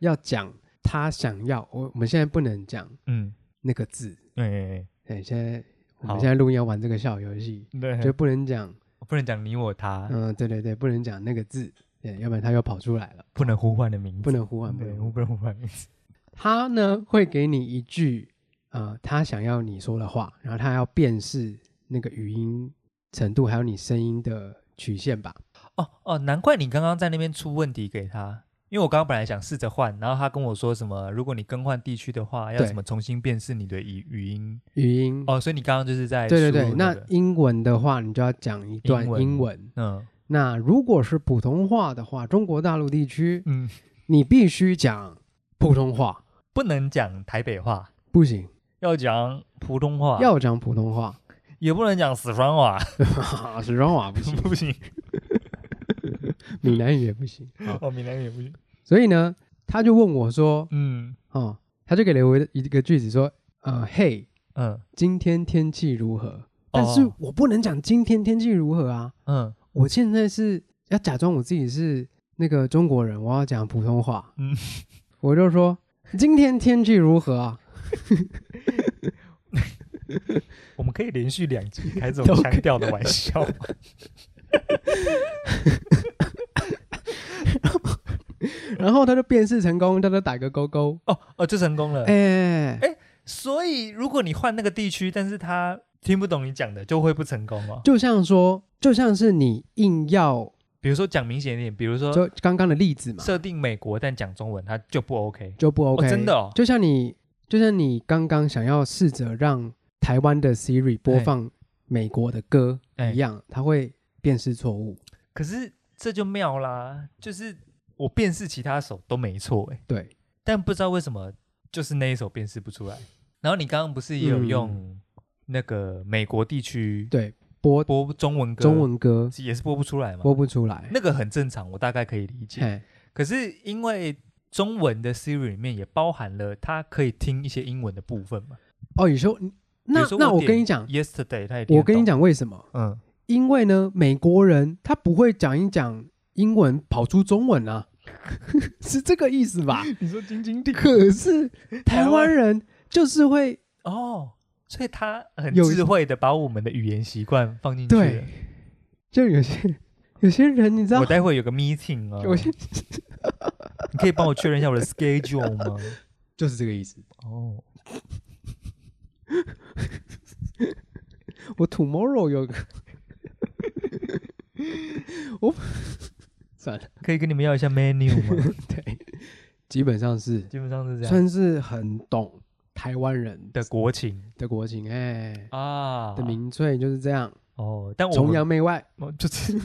Speaker 3: 要讲他想要，我我们现在不能讲
Speaker 2: 嗯，
Speaker 3: 那个字，
Speaker 2: 哎、哎
Speaker 3: 哎，现在我们
Speaker 2: 好
Speaker 3: 现在录音要玩这个小游戏，
Speaker 2: 哎对，
Speaker 3: 就不能讲，
Speaker 2: 不能讲你我他，
Speaker 3: 嗯、对对对，不能讲那个字，对，要不然他又跑出来了，
Speaker 2: 不能呼唤的名字，
Speaker 3: 不能呼唤，不
Speaker 2: 对，
Speaker 3: 能
Speaker 2: 我
Speaker 3: 呼
Speaker 2: 不能呼唤名字，
Speaker 3: 他呢会给你一句，呃，他想要你说的话，然后他要辨识那个语音程度，还有你声音的曲线吧，
Speaker 2: 哦哦，难怪你刚刚在那边出问题给他，因为我刚刚本来想试着换，然后他跟我说什么，如果你更换地区的话，要
Speaker 3: 对
Speaker 2: 怎么重新辨识你的语语音？
Speaker 3: 语音。
Speaker 2: 哦，所以你刚刚就是在
Speaker 3: 对对
Speaker 2: 输
Speaker 3: 对，
Speaker 2: 入
Speaker 3: 那
Speaker 2: 个
Speaker 3: 英文的话，你就要讲一段
Speaker 2: 英文
Speaker 3: 英文
Speaker 2: 嗯
Speaker 3: 那如果是普通话的话，中国大陆地区
Speaker 2: 嗯，
Speaker 3: 你必须讲普通话，
Speaker 2: 不能讲台北话，
Speaker 3: 不行，
Speaker 2: 要讲普通话，
Speaker 3: 要讲普通话，
Speaker 2: 也不能讲四川话，
Speaker 3: <laughs> 始终啊话不行，
Speaker 2: <laughs> 不行，
Speaker 3: 闽南语也不行。 <laughs> 好
Speaker 2: 哦，闽南语也不行，
Speaker 3: 所以呢，他就问我说
Speaker 2: 嗯：“
Speaker 3: 哦，他就给了我一个句子说，呃，嘿，
Speaker 2: 嗯哦
Speaker 3: 今天天气如何？”但是我不能讲今天天气如何啊，
Speaker 2: 嗯
Speaker 3: 我现在是要假装我自己是那个中国人，我要讲普通话。
Speaker 2: 嗯，
Speaker 3: <laughs> 我就说今天天气如何啊？
Speaker 2: 我们可以连续两集开这
Speaker 3: 都
Speaker 2: 种
Speaker 3: 可以
Speaker 2: 腔调的玩笑吗，
Speaker 3: 然后他就辨识成功，他就打个勾勾。
Speaker 2: <laughs> 哦哦，就成功 <laughs> 了。
Speaker 3: 哎、
Speaker 2: 所以如果你换那个地区，但是他听不懂你讲的，就会不成功哦。
Speaker 3: 就像说，就像是你硬要，
Speaker 2: 比如说讲明显一点，比如说
Speaker 3: 就刚刚的例子嘛，
Speaker 2: 设定美国但讲中文，他就不 OK。
Speaker 3: 就不 OK，、
Speaker 2: 真的哦
Speaker 3: 就像你，就像你刚刚想要试着让台湾的 Siri 播放美国的歌
Speaker 2: 哎
Speaker 3: 一样，它会辨识错误。
Speaker 2: 可是这就妙啦，就是我辨识其他首都没错哎，
Speaker 3: 对，
Speaker 2: 但不知道为什么就是那一首辨识不出来。然后你刚刚不是也有
Speaker 3: 嗯
Speaker 2: 用那个美国地区
Speaker 3: 对播
Speaker 2: 播中文歌，
Speaker 3: 中文歌
Speaker 2: 也是播不出来嘛？
Speaker 3: 播不出来。
Speaker 2: 那个很正常，我大概可以理解。
Speaker 3: 哎，
Speaker 2: 可是因为中文的 Siri 里面也包含了它可以听一些英文的部分嘛。
Speaker 3: 哦，你说那
Speaker 2: 比如说
Speaker 3: 那我
Speaker 2: 点
Speaker 3: 跟你讲，
Speaker 2: ，Yesterday 它也听得
Speaker 3: 我跟你
Speaker 2: 懂，
Speaker 3: 讲为什么？
Speaker 2: 嗯，
Speaker 3: 因为呢，美国人他不会讲一讲英文跑出中文啊， <laughs> 是这个意思吧？
Speaker 2: <laughs>
Speaker 3: <laughs>
Speaker 2: 你说晶晶听
Speaker 3: 可是台湾人就是会
Speaker 2: 哦，所以他很
Speaker 3: 有
Speaker 2: 智慧的把我们的语言习惯放进去了。
Speaker 3: 对，就有些有些人你知道
Speaker 2: 我，待会有个 meeting 啊，
Speaker 3: 有些
Speaker 2: 你可以帮我确认一下我的 schedule 吗？
Speaker 3: 就是这个意思。
Speaker 2: 哦，
Speaker 3: 我 tomorrow 有个，我算了，
Speaker 2: 可以跟你们要一下 menu
Speaker 3: <laughs>
Speaker 2: 吗？
Speaker 3: 对，基本上是
Speaker 2: 基本上是这样
Speaker 3: 算是很懂台湾人
Speaker 2: 的国情
Speaker 3: 的国情，哎，
Speaker 2: 啊
Speaker 3: 的民粹就是这样，
Speaker 2: 哦，但我
Speaker 3: 崇
Speaker 2: 们
Speaker 3: 洋媚外。
Speaker 2: 哦，
Speaker 3: <laughs>
Speaker 2: 就是，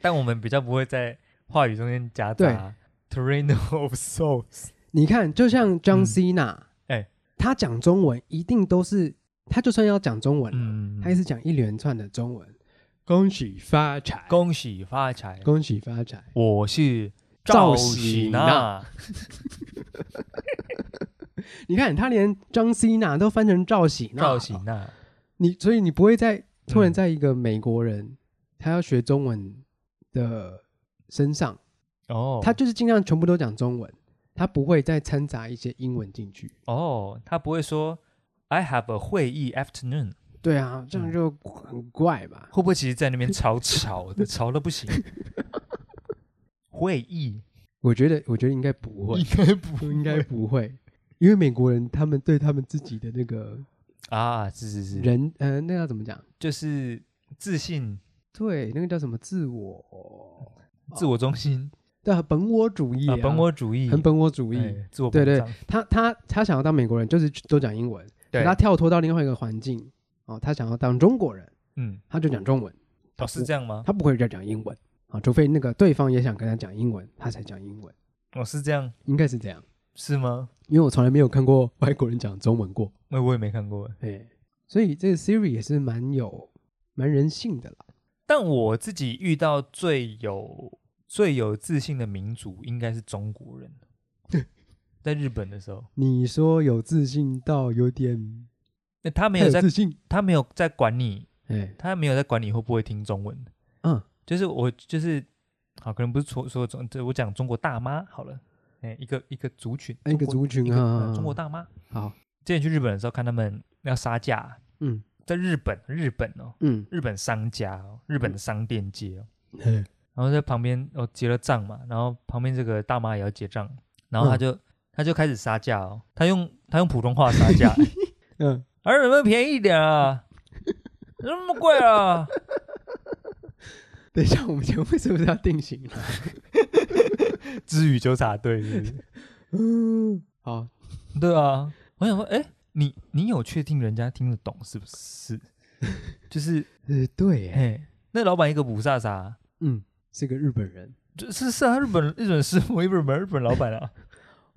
Speaker 2: 但我们比较不会在话语中间夹杂 terreno of souls。
Speaker 3: 你看，就像 John
Speaker 2: 嗯
Speaker 3: Cena，
Speaker 2: 哎
Speaker 3: 他讲中文一定都是，他就算要讲中文了，
Speaker 2: 嗯
Speaker 3: 他也是讲一连串的中文。恭喜发财，
Speaker 2: 恭喜发财，
Speaker 3: 恭喜发财。
Speaker 2: 我是
Speaker 3: 赵喜
Speaker 2: 喜
Speaker 3: 娜
Speaker 2: 娜。
Speaker 3: 你看，他连 John Cena 都翻成赵喜娜，
Speaker 2: 赵喜，娜，
Speaker 3: 你所以你不会在突
Speaker 2: 嗯
Speaker 3: 然在一个美国人、他要学中文的身上，
Speaker 2: 哦，
Speaker 3: 他就是尽量全部都讲中文，他不会再掺杂一些英文进去。
Speaker 2: 哦，他不会说 I have a 会议
Speaker 3: <laughs>
Speaker 2: afternoon，
Speaker 3: 对啊，这样就很怪吧？
Speaker 2: 会不会其实在那边吵吵的，吵的不
Speaker 3: <laughs>
Speaker 2: 行？会议
Speaker 3: 我觉得，我觉得应该不会
Speaker 2: 应，该不
Speaker 3: 应该不会，因为美国人他们对他们自己的那个
Speaker 2: 啊，是是是，
Speaker 3: 人呃，那要怎么讲？
Speaker 2: 就是自信、
Speaker 3: 对，那个叫什么自我，
Speaker 2: 自我中心
Speaker 3: 对哦啊，本我主义、
Speaker 2: 啊，本我主义，
Speaker 3: 很本我主义。
Speaker 2: 哎自我
Speaker 3: 对
Speaker 2: 膨
Speaker 3: 对
Speaker 2: 胀，
Speaker 3: 他他他想要当美国人，就是都讲英文，可
Speaker 2: 对，
Speaker 3: 他跳脱到另外一个环境哦，他想要当中国人，
Speaker 2: 嗯，
Speaker 3: 他就讲中文，
Speaker 2: 哦，是这样吗？
Speaker 3: 他不会再讲英文啊，除非那个对方也想跟他讲英文，他才讲英文，
Speaker 2: 哦，是这样，
Speaker 3: 应该是这样，
Speaker 2: 是吗？
Speaker 3: 因为我从来没有看过外国人讲中文过，
Speaker 2: 那我也没看过，欸
Speaker 3: 哎，所以这个 Siri 也是蛮有蛮人性的啦，
Speaker 2: 但我自己遇到最有最有自信的民族应该是中国人，在日本的时候，
Speaker 3: 你说有自信到有点
Speaker 2: 那他没
Speaker 3: 太
Speaker 2: 有
Speaker 3: 有
Speaker 2: 在
Speaker 3: 自信，
Speaker 2: 他没有在管你，
Speaker 3: 哎，
Speaker 2: 他没有在管你会不会听中文，
Speaker 3: 嗯，
Speaker 2: 就是我就是好，可能不是说说中，这我讲中国大妈好了，哎、一个一个族群，
Speaker 3: 哎一个
Speaker 2: 中国
Speaker 3: 族群
Speaker 2: 一个、呃
Speaker 3: 啊，
Speaker 2: 中国大妈。
Speaker 3: 好，
Speaker 2: 之前去日本的时候，看他们要杀价，
Speaker 3: 嗯
Speaker 2: 在日本，日本哦，
Speaker 3: 嗯，
Speaker 2: 日本商家哦，日本的商店街哦，
Speaker 3: 嘿
Speaker 2: 然后在旁边哦结了账嘛，然后旁边这个大妈也要结账，然后他就、他就开始杀价哦，他用他用普通话杀 <laughs> 价，哎
Speaker 3: 嗯，
Speaker 2: 而你们便宜一点啊，那么贵啊， <laughs>
Speaker 3: 等一下，我们节目是不是要定型了？
Speaker 2: 知语纠察队是不是
Speaker 3: 嗯，好，
Speaker 2: 对啊，我想说，哎、你你有确定人家听得懂是不是？ <laughs> 就是，
Speaker 3: 呃，对耶，
Speaker 2: 哎，那老板一个不萨萨，
Speaker 3: 嗯，是个日本人，
Speaker 2: 就是是啊，日本日本师傅，日本日本老板啊，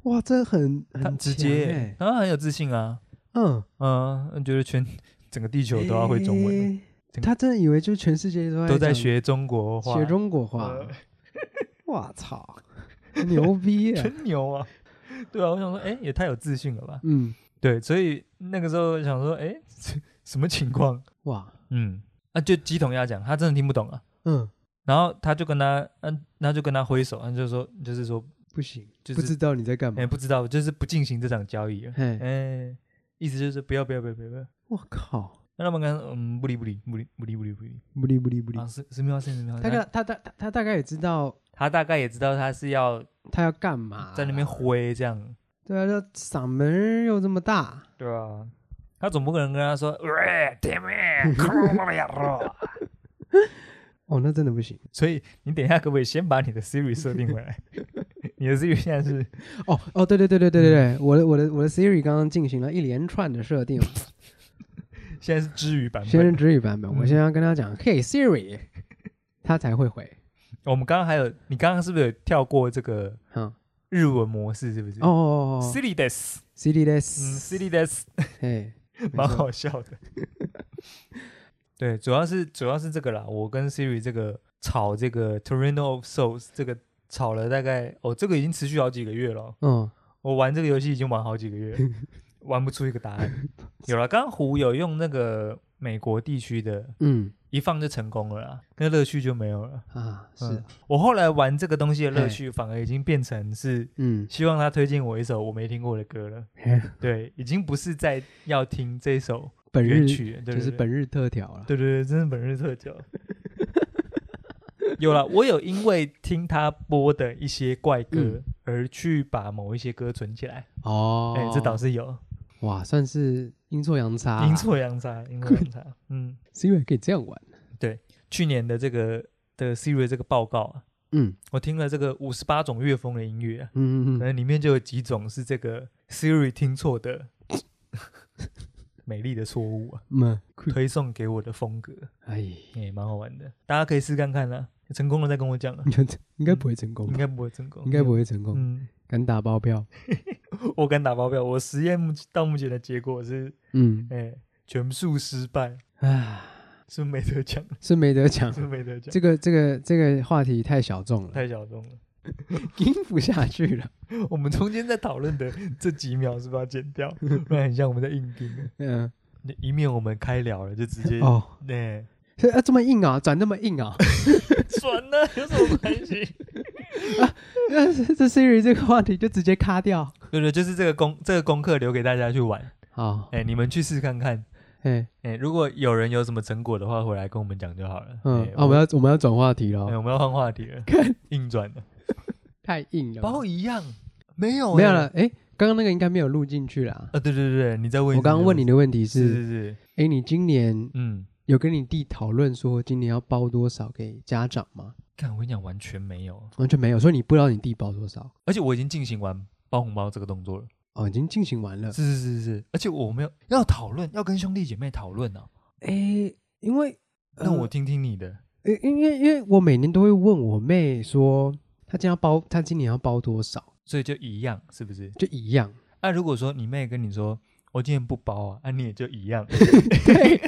Speaker 3: 哇，这很
Speaker 2: 他
Speaker 3: <laughs> 很
Speaker 2: 直
Speaker 3: 强欸
Speaker 2: 接 <laughs>
Speaker 3: 耶，，
Speaker 2: 然后很有自信啊，
Speaker 3: 嗯，
Speaker 2: 嗯，觉得全整个地球都要会中文，
Speaker 3: 诶他真的以为就全世界都
Speaker 2: 都在
Speaker 3: 讲
Speaker 2: 学中国话，
Speaker 3: 学中国话
Speaker 2: 呃，
Speaker 3: <laughs> 哇操，牛逼啊！
Speaker 2: 真牛啊！对啊，我想说，哎、也太有自信了吧？
Speaker 3: 嗯，
Speaker 2: 对，所以那个时候想说，哎、什么情况？
Speaker 3: 哇，
Speaker 2: 嗯，啊，就鸡同鸭讲，他真的听不懂啊。
Speaker 3: 嗯，
Speaker 2: 然后他就跟他，嗯，他就跟他挥手，他就说，就是说，
Speaker 3: 不行，
Speaker 2: 就
Speaker 3: 不
Speaker 2: 是
Speaker 3: 知道你在干
Speaker 2: 哎、
Speaker 3: 嘛。
Speaker 2: 不知道，就是不进行这场交易了，
Speaker 3: 嘿
Speaker 2: 哎、意思就是不要不要不要不要不要。
Speaker 3: 我靠，
Speaker 2: 那他们跟嗯不理不理不理不理不理不理
Speaker 3: 不理不理不理
Speaker 2: 啊，。是是妙是妙，
Speaker 3: 他大他大他他大概也知道
Speaker 2: 他大概也知道他是要
Speaker 3: 他要干嘛，
Speaker 2: 在那边。挥这样，
Speaker 3: 对啊，这嗓门又这么大，
Speaker 2: 对啊，他总不可能跟他说，喂，damn <laughs> it，
Speaker 3: 哦，那真的不行。
Speaker 2: 所以你等一下可不可以先把你的 Siri 设定回来？你的 Siri 现在是
Speaker 3: 哦哦，对对对对对对
Speaker 2: 嗯
Speaker 3: 对，我的我的我的 Siri 刚刚进行了一连串的设定，
Speaker 2: 现在是知语版
Speaker 3: 先
Speaker 2: 本
Speaker 3: 是，直语版本，我
Speaker 2: 嗯
Speaker 3: 现在要跟他讲，Hey Siri，他
Speaker 2: <laughs>
Speaker 3: 才会回。
Speaker 2: 我们刚刚还有，你刚刚是不是有跳过这个
Speaker 3: 嗯，
Speaker 2: 日文模式？是不是？
Speaker 3: 哦哦哦
Speaker 2: c i t y d e s
Speaker 3: ，Siri 的，
Speaker 2: 嗯 c i t y d e s
Speaker 3: 嘿，没
Speaker 2: 蛮
Speaker 3: 错，
Speaker 2: 好笑的。 <laughs> 对，主要是主要是这个啦，我跟 Siri 这个吵这个 Torino of Souls 这个吵了大概，哦，这个已经持续好几个月了哦，
Speaker 3: 嗯，
Speaker 2: 我玩这个游戏已经玩好几个月
Speaker 3: <laughs>
Speaker 2: 了，玩不出一个答案。有了，刚刚胡有用那个美国地区的，
Speaker 3: 嗯
Speaker 2: 一放就成功了啦，那乐趣就没有了。
Speaker 3: 啊，是
Speaker 2: 嗯
Speaker 3: 啊，
Speaker 2: 我后来玩这个东西的乐
Speaker 3: 嘿
Speaker 2: 趣，反而已经变成是
Speaker 3: 嗯，
Speaker 2: 希望他推荐我一首我没听过的歌了。对，已经不是在要听这首
Speaker 3: 本
Speaker 2: 乐
Speaker 3: 日
Speaker 2: 曲了，对
Speaker 3: 就是
Speaker 2: 对
Speaker 3: 本日特调了，
Speaker 2: 对对对，真是本日特
Speaker 3: <laughs>
Speaker 2: 调。有了，我有因为听他播的一些怪歌
Speaker 3: 嗯
Speaker 2: 而去把某一些歌存起来，
Speaker 3: 哦，
Speaker 2: 哎、这倒是有，
Speaker 3: 哇，算是阴错阳差啊，
Speaker 2: 阴错阳差，阴错阳
Speaker 3: <laughs>
Speaker 2: 差。嗯，
Speaker 3: Siri 可以这样玩，
Speaker 2: 去年的这个的 Siri 这个报告啊，
Speaker 3: 嗯
Speaker 2: 我听了这个五十八种乐风的音乐、啊，
Speaker 3: 嗯
Speaker 2: 可
Speaker 3: 嗯嗯，
Speaker 2: 能里面就有几种是这个 Siri 听错的美丽的错误啊，
Speaker 3: 嗯，
Speaker 2: 推送给我的风格。
Speaker 3: 哎， <laughs>
Speaker 2: 也、蛮好玩的，大家可以试看看啦、成功了再跟我讲啊，
Speaker 3: 应该不会成功
Speaker 2: 应
Speaker 3: 吧，
Speaker 2: 该不会成功，
Speaker 3: 嗯应该不会成功，
Speaker 2: 嗯，
Speaker 3: 敢打包票，
Speaker 2: 我敢打包票，我实验目到目前的结果是，
Speaker 3: 嗯
Speaker 2: 哎、全数失败，
Speaker 3: 啊，
Speaker 2: 是不是没得讲，
Speaker 3: 是没得讲
Speaker 2: 是。不是没得讲，
Speaker 3: 这个这个这个话题太小众了，
Speaker 2: 太小众了。
Speaker 3: 听不下去了。
Speaker 2: 我们中间在讨论的这几秒是不是要剪掉？不然很像我们在硬盯，
Speaker 3: 嗯，
Speaker 2: 以免我们开聊了就直接，
Speaker 3: 哦，
Speaker 2: 哎、
Speaker 3: 这啊这么硬啊，转那么硬啊， <laughs>
Speaker 2: 转了、有什么关系？ <laughs>
Speaker 3: 那这这 Siri 这个话题就直接卡掉。
Speaker 2: 对对，就是这个功这个功课留给大家去玩，
Speaker 3: 好，
Speaker 2: 哎、你们去试看看。
Speaker 3: 哎，
Speaker 2: 哎、如果有人有什么成果的话，回来跟我们讲就好了。
Speaker 3: 嗯
Speaker 2: 哎，
Speaker 3: 啊，我们要我们要转话题
Speaker 2: 哎、
Speaker 3: 了，
Speaker 2: 我们要换话题了
Speaker 3: 看，
Speaker 2: 硬转的，
Speaker 3: 太硬了，
Speaker 2: 包一样，没有、
Speaker 3: 没有了。，哎，刚刚那个应该没有录进去啦。
Speaker 2: 啊，对对对对，你再问一次，
Speaker 3: 我刚刚问你的问题
Speaker 2: 是
Speaker 3: 是：
Speaker 2: 是是，
Speaker 3: 哎，你今年
Speaker 2: 嗯，
Speaker 3: 有跟你弟讨论说今年要包多少给家长吗？
Speaker 2: 看我跟你讲，完全没有，
Speaker 3: 完全没有，所以你不知道你弟包多少
Speaker 2: 而且我已经进行完包红包这个动作了，
Speaker 3: 哦，已经进行完了。
Speaker 2: 是是是是，而且我没有要讨论，要跟兄弟姐妹讨论呢、
Speaker 3: 哎，因为
Speaker 2: 那
Speaker 3: 呃
Speaker 2: 我听听你的，
Speaker 3: 因因为因为我每年都会问我妹说，她今天要包，她今年要包多少，
Speaker 2: 所以就一样，是不是？
Speaker 3: 就一样。 <laughs>
Speaker 2: 那、如果说你妹跟你说我今天不包啊，那、你也就一样， <laughs>
Speaker 3: 对，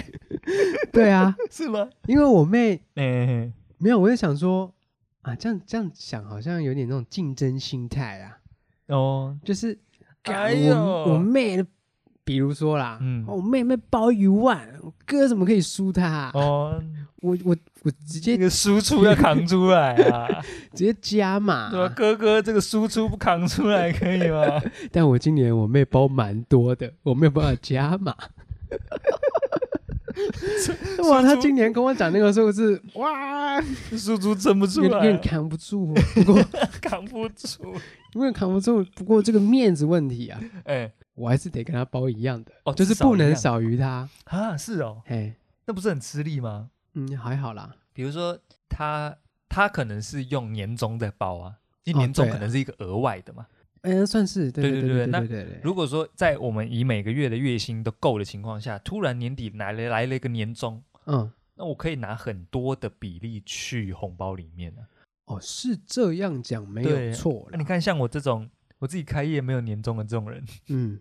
Speaker 3: 对啊，
Speaker 2: 是吗？
Speaker 3: 因为我妹
Speaker 2: 嗯、
Speaker 3: 没有，我就想说啊，这样这样想好像有点那种竞争心态啊，
Speaker 2: 哦，
Speaker 3: 就是，干
Speaker 2: 哎呦
Speaker 3: 我我妹，比如说啦，哦
Speaker 2: 嗯
Speaker 3: 我妹妹包一万，我哥怎么可以输她啊、
Speaker 2: 哦，
Speaker 3: 我我我
Speaker 2: 这
Speaker 3: 直接
Speaker 2: 个输出要扛出来啊！ <laughs>
Speaker 3: 直接加码，
Speaker 2: 对吧、啊哥哥，这个输出不扛出来可以吗？
Speaker 3: 但我今年我妹包蛮多的，我没有办法
Speaker 2: <laughs>
Speaker 3: 加码。 <laughs> 哇，他今年跟我讲那个数字，哇，
Speaker 2: 输出撑不出
Speaker 3: 有点有点
Speaker 2: 来，啊
Speaker 3: 扛不住。哦不
Speaker 2: <laughs>
Speaker 3: 过
Speaker 2: 扛不住。
Speaker 3: 有点扛不住，不过这个面子问题啊，
Speaker 2: 哎，
Speaker 3: 我还是得跟他包一样的，
Speaker 2: 哦
Speaker 3: 就是
Speaker 2: 至少
Speaker 3: 不
Speaker 2: 一
Speaker 3: 能
Speaker 2: 样
Speaker 3: 少于他。
Speaker 2: 啊，是哦，
Speaker 3: 嘿，
Speaker 2: 那不是很吃力吗？
Speaker 3: 嗯，还好啦。
Speaker 2: 比如说他他可能是用年终在包啊，因
Speaker 3: 哦
Speaker 2: 为年终
Speaker 3: 对啊
Speaker 2: 可能是一个额外的嘛。
Speaker 3: 嗯，算是对
Speaker 2: 对
Speaker 3: 对
Speaker 2: 对对
Speaker 3: 对
Speaker 2: 那
Speaker 3: 对对对。
Speaker 2: 如果说在我们以每个月的月薪都够的情况下，突然年底来了来了一个年终，
Speaker 3: 嗯，
Speaker 2: 那我可以拿很多的比例去红包里面啊。
Speaker 3: 哦，是这样讲没有
Speaker 2: 对
Speaker 3: 错
Speaker 2: 那、
Speaker 3: 啦
Speaker 2: 你。看像我这种我自己开业没有年终的这种人， <laughs>
Speaker 3: 嗯，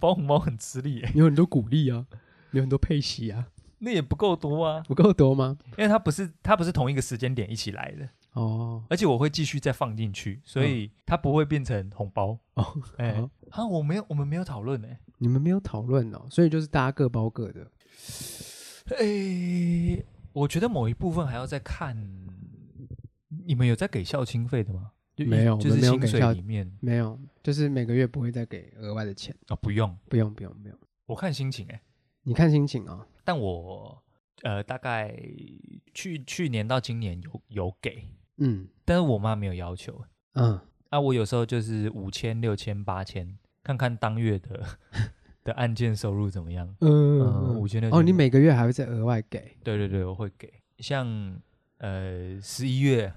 Speaker 2: 包红包很吃力、欸，
Speaker 3: 有很多鼓励啊，有很多配息啊，
Speaker 2: 那也不够多啊，
Speaker 3: 不够多吗？
Speaker 2: 因为他不是他不是同一个时间点一起来的。
Speaker 3: 哦
Speaker 2: 而且我会继续再放进去，
Speaker 3: 嗯
Speaker 2: 所以它不会变成红包。
Speaker 3: 哦，
Speaker 2: 哎、
Speaker 3: 好
Speaker 2: 啊，我没有，我们没有讨论哎、
Speaker 3: 你们没有讨论哦，所以就是大家各包各的。
Speaker 2: 哎、我觉得某一部分还要再看，你们有在给校清费的吗？就一
Speaker 3: 没有
Speaker 2: 就
Speaker 3: 我
Speaker 2: 是
Speaker 3: 们没有
Speaker 2: 薪
Speaker 3: 给
Speaker 2: 水
Speaker 3: 校
Speaker 2: 里面啊、
Speaker 3: 没有，就是每个月不会再给额外的钱，
Speaker 2: 不用，
Speaker 3: 不用不用不用，
Speaker 2: 我看心情哎、
Speaker 3: 你看心情哦。
Speaker 2: 但我呃，大概去去年到今年有有给，
Speaker 3: 嗯
Speaker 2: 但是我妈没有要求
Speaker 3: 嗯，
Speaker 2: 啊。我有时候就是五千、六千、八千，看看当月的 <laughs> 的案件收入怎么样。
Speaker 3: 嗯
Speaker 2: 嗯，五千六
Speaker 3: 哦，你每个月还会再额外
Speaker 2: <laughs>
Speaker 3: 给
Speaker 2: 对对对，我会给。像呃十一月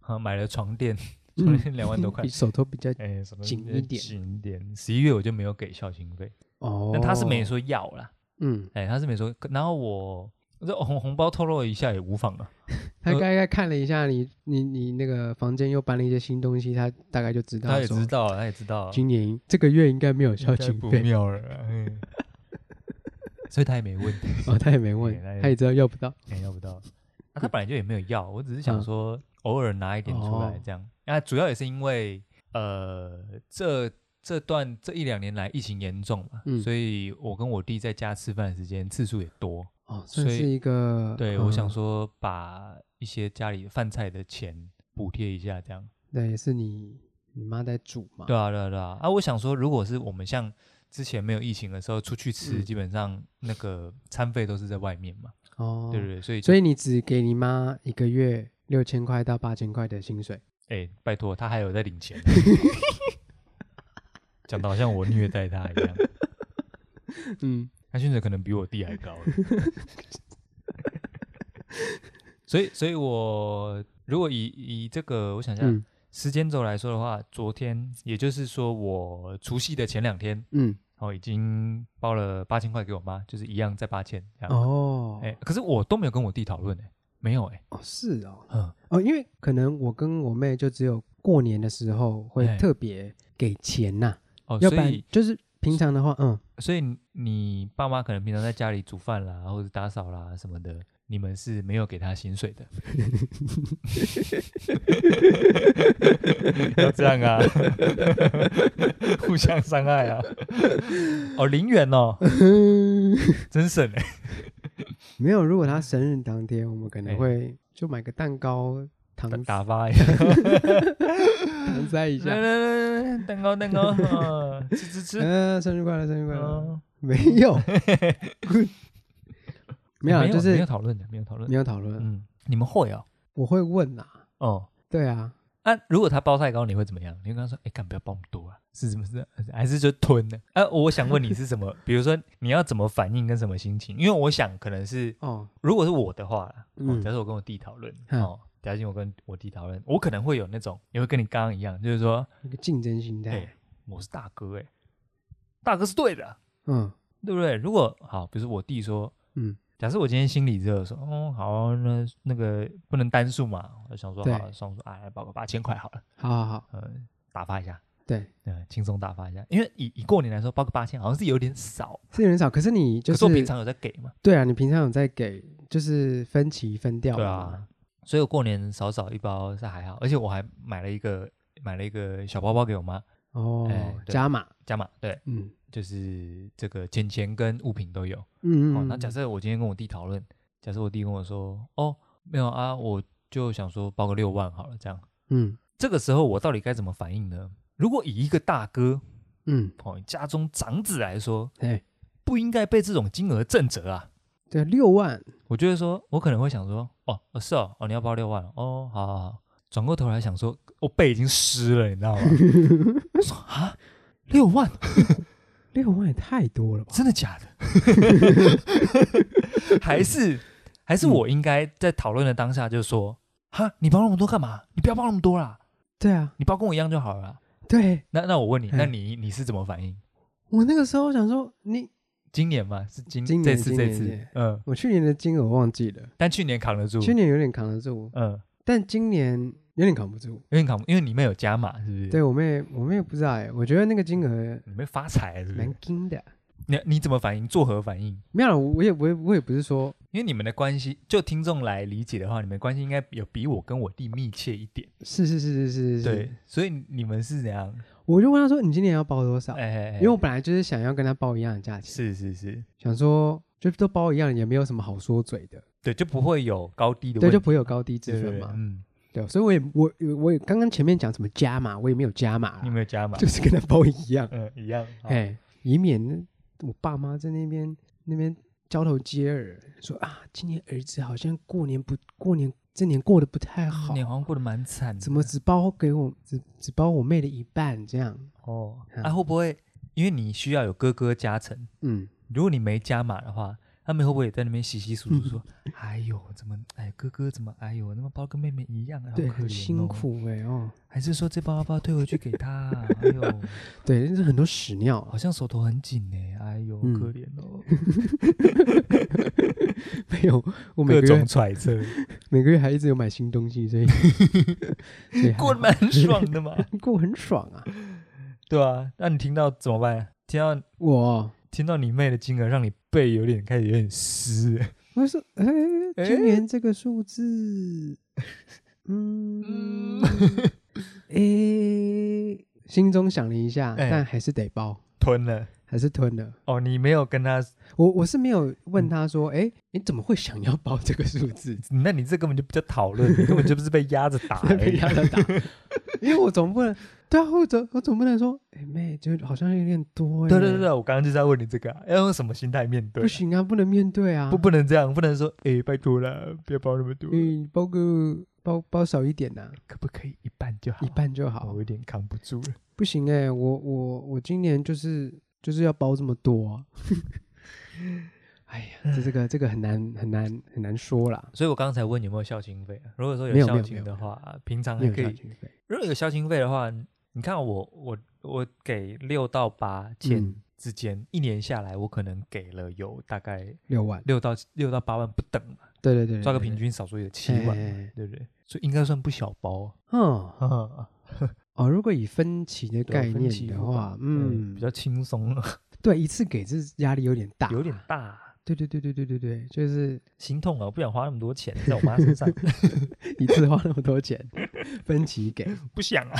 Speaker 2: 啊买了床垫，床
Speaker 3: 嗯
Speaker 2: 垫两万多块 <laughs>
Speaker 3: 比，手头比较
Speaker 2: 哎、什么
Speaker 3: 紧
Speaker 2: 呃
Speaker 3: 一点
Speaker 2: 紧一点。十一月我就没有给孝心费，
Speaker 3: 哦。
Speaker 2: 但他是没，说要啦，
Speaker 3: 嗯，
Speaker 2: 哎、他是没说。然后我这红红包透露一下也无妨啊，
Speaker 3: 他
Speaker 2: 呃
Speaker 3: 大概看了一下你你你那个房间又搬了一些新东西，他大概就知道
Speaker 2: 他也
Speaker 3: 说
Speaker 2: 知道啊，他也知道啊，
Speaker 3: 今年这个月应该没有
Speaker 2: 应
Speaker 3: 交
Speaker 2: 该
Speaker 3: 警
Speaker 2: 不
Speaker 3: 费
Speaker 2: 妙了啊，嗯所以他也没问，
Speaker 3: <laughs> 哦，他也
Speaker 2: <laughs>
Speaker 3: 没问
Speaker 2: 哎他也，
Speaker 3: 他也知道要不到。
Speaker 2: 哎、要不 <laughs> 到。啊、他本来就也没有要，我只是想
Speaker 3: 嗯
Speaker 2: 说偶尔拿一点出来
Speaker 3: 哦
Speaker 2: 这样。那、主要也是因为呃，这这段这一两年来疫情严重嘛，
Speaker 3: 嗯
Speaker 2: 所以我跟我弟在家吃饭的时间次数也多。
Speaker 3: 哦，
Speaker 2: 所
Speaker 3: 算是
Speaker 2: 以
Speaker 3: 一个
Speaker 2: 对，我想
Speaker 3: 嗯
Speaker 2: 说把一些家里饭菜的钱补贴一下这样。
Speaker 3: 对，也是你你妈在煮嘛。
Speaker 2: 对啊，对啊，对啊。啊，我想说，如果是我们像之前没有疫情的时候出去吃，
Speaker 3: 嗯
Speaker 2: 基本上那个餐费都是在外面嘛，
Speaker 3: 哦，
Speaker 2: 对对对，所以就
Speaker 3: 所以你只给你妈一个月六千块到八千块的薪水，
Speaker 2: 哎、拜托，他还有在领
Speaker 3: <laughs>
Speaker 2: 钱，讲的好像我虐待他一样。
Speaker 3: 嗯，
Speaker 2: 他薪水可能比我弟还高。所以，所以我如果以以这个，我想一下、
Speaker 3: 嗯
Speaker 2: 时间轴来说的话，昨天也就是说我除夕的前两天，
Speaker 3: 嗯，
Speaker 2: 哦，已经包了八千块给我妈，就是一样再八千这样。
Speaker 3: 哦，
Speaker 2: 哎、可是我都没有跟我弟讨论哎，没有哎、
Speaker 3: 哦是哦，
Speaker 2: 嗯，
Speaker 3: 哦，因为可能我跟我妹就只有过年的时候会
Speaker 2: 哎
Speaker 3: 特别给钱呐、
Speaker 2: 哦，
Speaker 3: 要不
Speaker 2: 所
Speaker 3: 然
Speaker 2: 以
Speaker 3: 就是平常的话，
Speaker 2: <laughs>
Speaker 3: 嗯，
Speaker 2: 所以你你爸妈可能平常在家里煮饭啦，或者打扫啦什么的，你们是没有给他薪水的。要这样啊，互相伤害啊。哦，零元哦，真省哎、
Speaker 3: 没有。如果她生日当天，我们可能
Speaker 2: 哎
Speaker 3: 会就买个蛋糕
Speaker 2: 打
Speaker 3: 搪
Speaker 2: 打发一下。
Speaker 3: 搪塞一
Speaker 2: 来 <laughs>
Speaker 3: 下。
Speaker 2: 来来来，蛋糕蛋糕，哦吃吃吃。
Speaker 3: 嗯，生日快乐，生日快乐！
Speaker 2: 哦
Speaker 3: 没
Speaker 2: <laughs>
Speaker 3: 有，没有啊，
Speaker 2: 没有
Speaker 3: 就
Speaker 2: 没
Speaker 3: 是
Speaker 2: 有讨论的，没有讨论
Speaker 3: 没。有讨论。
Speaker 2: 嗯，你们会哦，
Speaker 3: 我会问啊，
Speaker 2: 哦。
Speaker 3: 对啊，
Speaker 2: 那、如果他包太高，你会怎么样？你会跟他说：“哎、干不要包那么多啊，是什么是还是就吞呢？啊，我想问你是
Speaker 3: <laughs>
Speaker 2: 什么？比如说你要怎么反应跟什么心情？因为我想可能是
Speaker 3: 哦，
Speaker 2: 如果是我的话啦，哦
Speaker 3: 嗯
Speaker 2: 假设我跟我弟讨论，
Speaker 3: 嗯
Speaker 2: 哦，假设我跟我弟讨论，我可能会有那种，也会跟你刚刚一样，就是说，
Speaker 3: 一个竞争心
Speaker 2: 哎、
Speaker 3: 态，
Speaker 2: 我是大哥、哎，大哥是对的，啊
Speaker 3: 嗯
Speaker 2: 对不对？如果好，比如说我弟说，
Speaker 3: 嗯，
Speaker 2: 假设我今天心里热，说，哦，好啊、那那个不能单数嘛，我就想说，
Speaker 3: 对
Speaker 2: 好了，算数，哎，报个八千块好了，
Speaker 3: 好好好，
Speaker 2: 嗯，打发一下，
Speaker 3: 对，
Speaker 2: 嗯，轻松打发一下，因为以以过年来说，报个八千好像是有点少，
Speaker 3: 是有点少，可是你就
Speaker 2: 可
Speaker 3: 是
Speaker 2: 是我平常有在给嘛，
Speaker 3: 对啊，你平常有在给就是分期分掉
Speaker 2: 对
Speaker 3: 嘛
Speaker 2: 啊，，所以我过年少少一包是还好，而且我还买了一个买了一个小包包给我妈，哎
Speaker 3: 哦，
Speaker 2: 对
Speaker 3: 加码，
Speaker 2: 加码，对，
Speaker 3: 嗯
Speaker 2: 就是这个钱钱跟物品都有。
Speaker 3: 嗯
Speaker 2: 哦，
Speaker 3: 嗯，
Speaker 2: 那假设我今天跟我弟讨论，假设我弟跟我说，哦，没有啊，我就想说报个六万好了，这样，
Speaker 3: 嗯
Speaker 2: 这个时候我到底该怎么反应呢？如果以一个大哥，
Speaker 3: 嗯，
Speaker 2: 哦，家中长子来说，
Speaker 3: 哎，
Speaker 2: 不应该被这种金额震折啊。
Speaker 3: 对，六万，
Speaker 2: 我就会说，我可能会想说，哦，哦是哦，哦，你要报六万哦，哦，好好好。转过头来想说，我背已经湿了，你知道吗？ <laughs> 我说啊，六万，
Speaker 3: 六万也太多了吧？
Speaker 2: 真的 <laughs> 假的？还是还是我应该在讨论的当下就说，哈，你报那么多干嘛？你不要报那么多啦，
Speaker 3: 对啊，
Speaker 2: 你报跟我一样就好了啦。
Speaker 3: 对
Speaker 2: 那那我问你，
Speaker 3: 嗯
Speaker 2: 那你你是怎么反应？
Speaker 3: 我那个时候想说，你
Speaker 2: 今年嘛，是今
Speaker 3: 今
Speaker 2: 这
Speaker 3: 年
Speaker 2: 次
Speaker 3: 今
Speaker 2: 这
Speaker 3: 年今
Speaker 2: 次
Speaker 3: 年，
Speaker 2: 嗯，
Speaker 3: 我去年的金额忘记了，
Speaker 2: 但去年扛得住，
Speaker 3: 去年有点扛得住，
Speaker 2: 嗯，
Speaker 3: 但今年有点扛不住。
Speaker 2: 因为扛，因为你们有加码，是不是？
Speaker 3: 对，我妹，我妹不知道哎，我觉得那个金额
Speaker 2: 你们发财是不
Speaker 3: 蛮
Speaker 2: 是？
Speaker 3: 惊的。
Speaker 2: 你你怎么反应？作何反应？
Speaker 3: 没有啦，我也我也我也不是说，
Speaker 2: 因为你们的关系，就听众来理解的话，你们关系应该有比我跟我弟密切一点。
Speaker 3: 是是是是是是，
Speaker 2: 对，，所以你们是怎样？
Speaker 3: 我就问她说你今年要包多少？
Speaker 2: 哎哎，哎哎
Speaker 3: 啊因为我本来就是想要跟她包一样的价钱，
Speaker 2: 是是是，
Speaker 3: 想说就都包一样，也没有什么好说嘴的，
Speaker 2: 对，就不会有高低的
Speaker 3: 对，
Speaker 2: 问
Speaker 3: 就
Speaker 2: 题，
Speaker 3: 不会有高低之
Speaker 2: 对
Speaker 3: 分
Speaker 2: 对对
Speaker 3: 嘛。
Speaker 2: 嗯，
Speaker 3: 对，所以我也我我也刚刚前面讲什么加码，我也没有加码啦，
Speaker 2: 你没有加码
Speaker 3: 啊就，是跟她包一样。
Speaker 2: 嗯，一样。好
Speaker 3: 哎，以免我爸妈在那边那边交头接耳，说啊，今年儿子好像过年不过年，这年过得不太好
Speaker 2: 今，嗯年好像过得蛮惨的，
Speaker 3: 怎么只包给我只只包我妹的一半这样？
Speaker 2: 哦？
Speaker 3: 嗯
Speaker 2: 啊，会不会因为你需要有哥哥加成？
Speaker 3: 嗯，
Speaker 2: 如果你没加码的话，他们会不会也在那边稀稀疏疏说：“
Speaker 3: 嗯
Speaker 2: 哎呦，怎么哎哥哥怎么哎呦，那么包跟妹妹一样，好
Speaker 3: 对，
Speaker 2: 可怜
Speaker 3: 很
Speaker 2: 哦
Speaker 3: 辛。苦哎、哦，
Speaker 2: 还是说这包要不要退回去给他
Speaker 3: <laughs>
Speaker 2: 啊？哎呦，
Speaker 3: 对，但是很多屎尿
Speaker 2: 好
Speaker 3: 啊， <laughs>
Speaker 2: 像手头很紧呢。哎呦，
Speaker 3: 嗯
Speaker 2: 可怜哦。
Speaker 3: 没有，我每个月
Speaker 2: 揣测，
Speaker 3: <laughs> 每个月还一直有买新东
Speaker 2: <laughs>
Speaker 3: 西，所以所以还
Speaker 2: 过得蛮爽的嘛。 <laughs>
Speaker 3: 好过很爽啊！
Speaker 2: 对啊，那你听到怎么办？听到
Speaker 3: 我
Speaker 2: 听到你妹的金额，让你背有点开始有点湿。
Speaker 3: 我就说，哎、
Speaker 2: 哎
Speaker 3: 今年这个数字，
Speaker 2: <laughs>
Speaker 3: 嗯， <laughs> 诶、心中想了一下，
Speaker 2: 哎
Speaker 3: 但还是得包，
Speaker 2: 吞了
Speaker 3: 还是吞了。
Speaker 2: 哦，你没有跟他，
Speaker 3: 我我是没有问他说，
Speaker 2: 嗯
Speaker 3: 哎、你怎么会想要包这个数
Speaker 2: <laughs>
Speaker 3: 字？
Speaker 2: 那你这根本就不叫讨论，你根本就不是被压着打而
Speaker 3: <laughs> 被
Speaker 2: 已。
Speaker 3: 压着打，
Speaker 2: 哎
Speaker 3: 因为我总不能，对啊，我总我总不能说，哎、妹，就好像有点多、哎
Speaker 2: 对对对，对，我刚刚就在问你这个啊、要用什么心态面对啊、
Speaker 3: 不行啊，不能面对啊，
Speaker 2: 不不能这样，不能说哎、拜托了，不要包那么多，
Speaker 3: 嗯，包个包包少一点呐、
Speaker 2: 可不可以一半就好？
Speaker 3: 一半就好
Speaker 2: 我。有点扛不住了。
Speaker 3: 不行哎、我我我今年就是就是要包这么多、啊。 <laughs> 哎呀，这这个这个很难很难很难说啦，
Speaker 2: 所以我刚才问有没有孝心费、啊，如果说
Speaker 3: 没有没
Speaker 2: 孝
Speaker 3: 有没
Speaker 2: 心
Speaker 3: 有
Speaker 2: 的话，平常
Speaker 3: 没
Speaker 2: 啊还
Speaker 3: 有
Speaker 2: 可
Speaker 3: 交
Speaker 2: 以。
Speaker 3: 学费。
Speaker 2: 如果有孝心费的话，你看我我我给六到八千
Speaker 3: 嗯
Speaker 2: 之间，一年下来我可能给了有大概
Speaker 3: 六万，
Speaker 2: 六到六到八万不等嘛，
Speaker 3: 对对对对，
Speaker 2: 抓个
Speaker 3: 对
Speaker 2: 平，均少说也七万
Speaker 3: 哎哎
Speaker 2: 嘛
Speaker 3: 哎，
Speaker 2: 对不对？所以应该算不小包
Speaker 3: 对嗯，
Speaker 2: 啊。
Speaker 3: 哦，如果以分期的
Speaker 2: 对啊
Speaker 3: 概
Speaker 2: 分期
Speaker 3: 念的
Speaker 2: 付
Speaker 3: 话
Speaker 2: 款，
Speaker 3: 嗯，
Speaker 2: 比较轻松啊，
Speaker 3: 对，一次给这压力有点大，
Speaker 2: 有点，大，啊
Speaker 3: 对对对对对对对，就是 <laughs>
Speaker 2: 心痛啊！我不想花那么多 <laughs> 钱在我妈身上，
Speaker 3: 一次花那么多钱，分期给，
Speaker 2: 不想啊。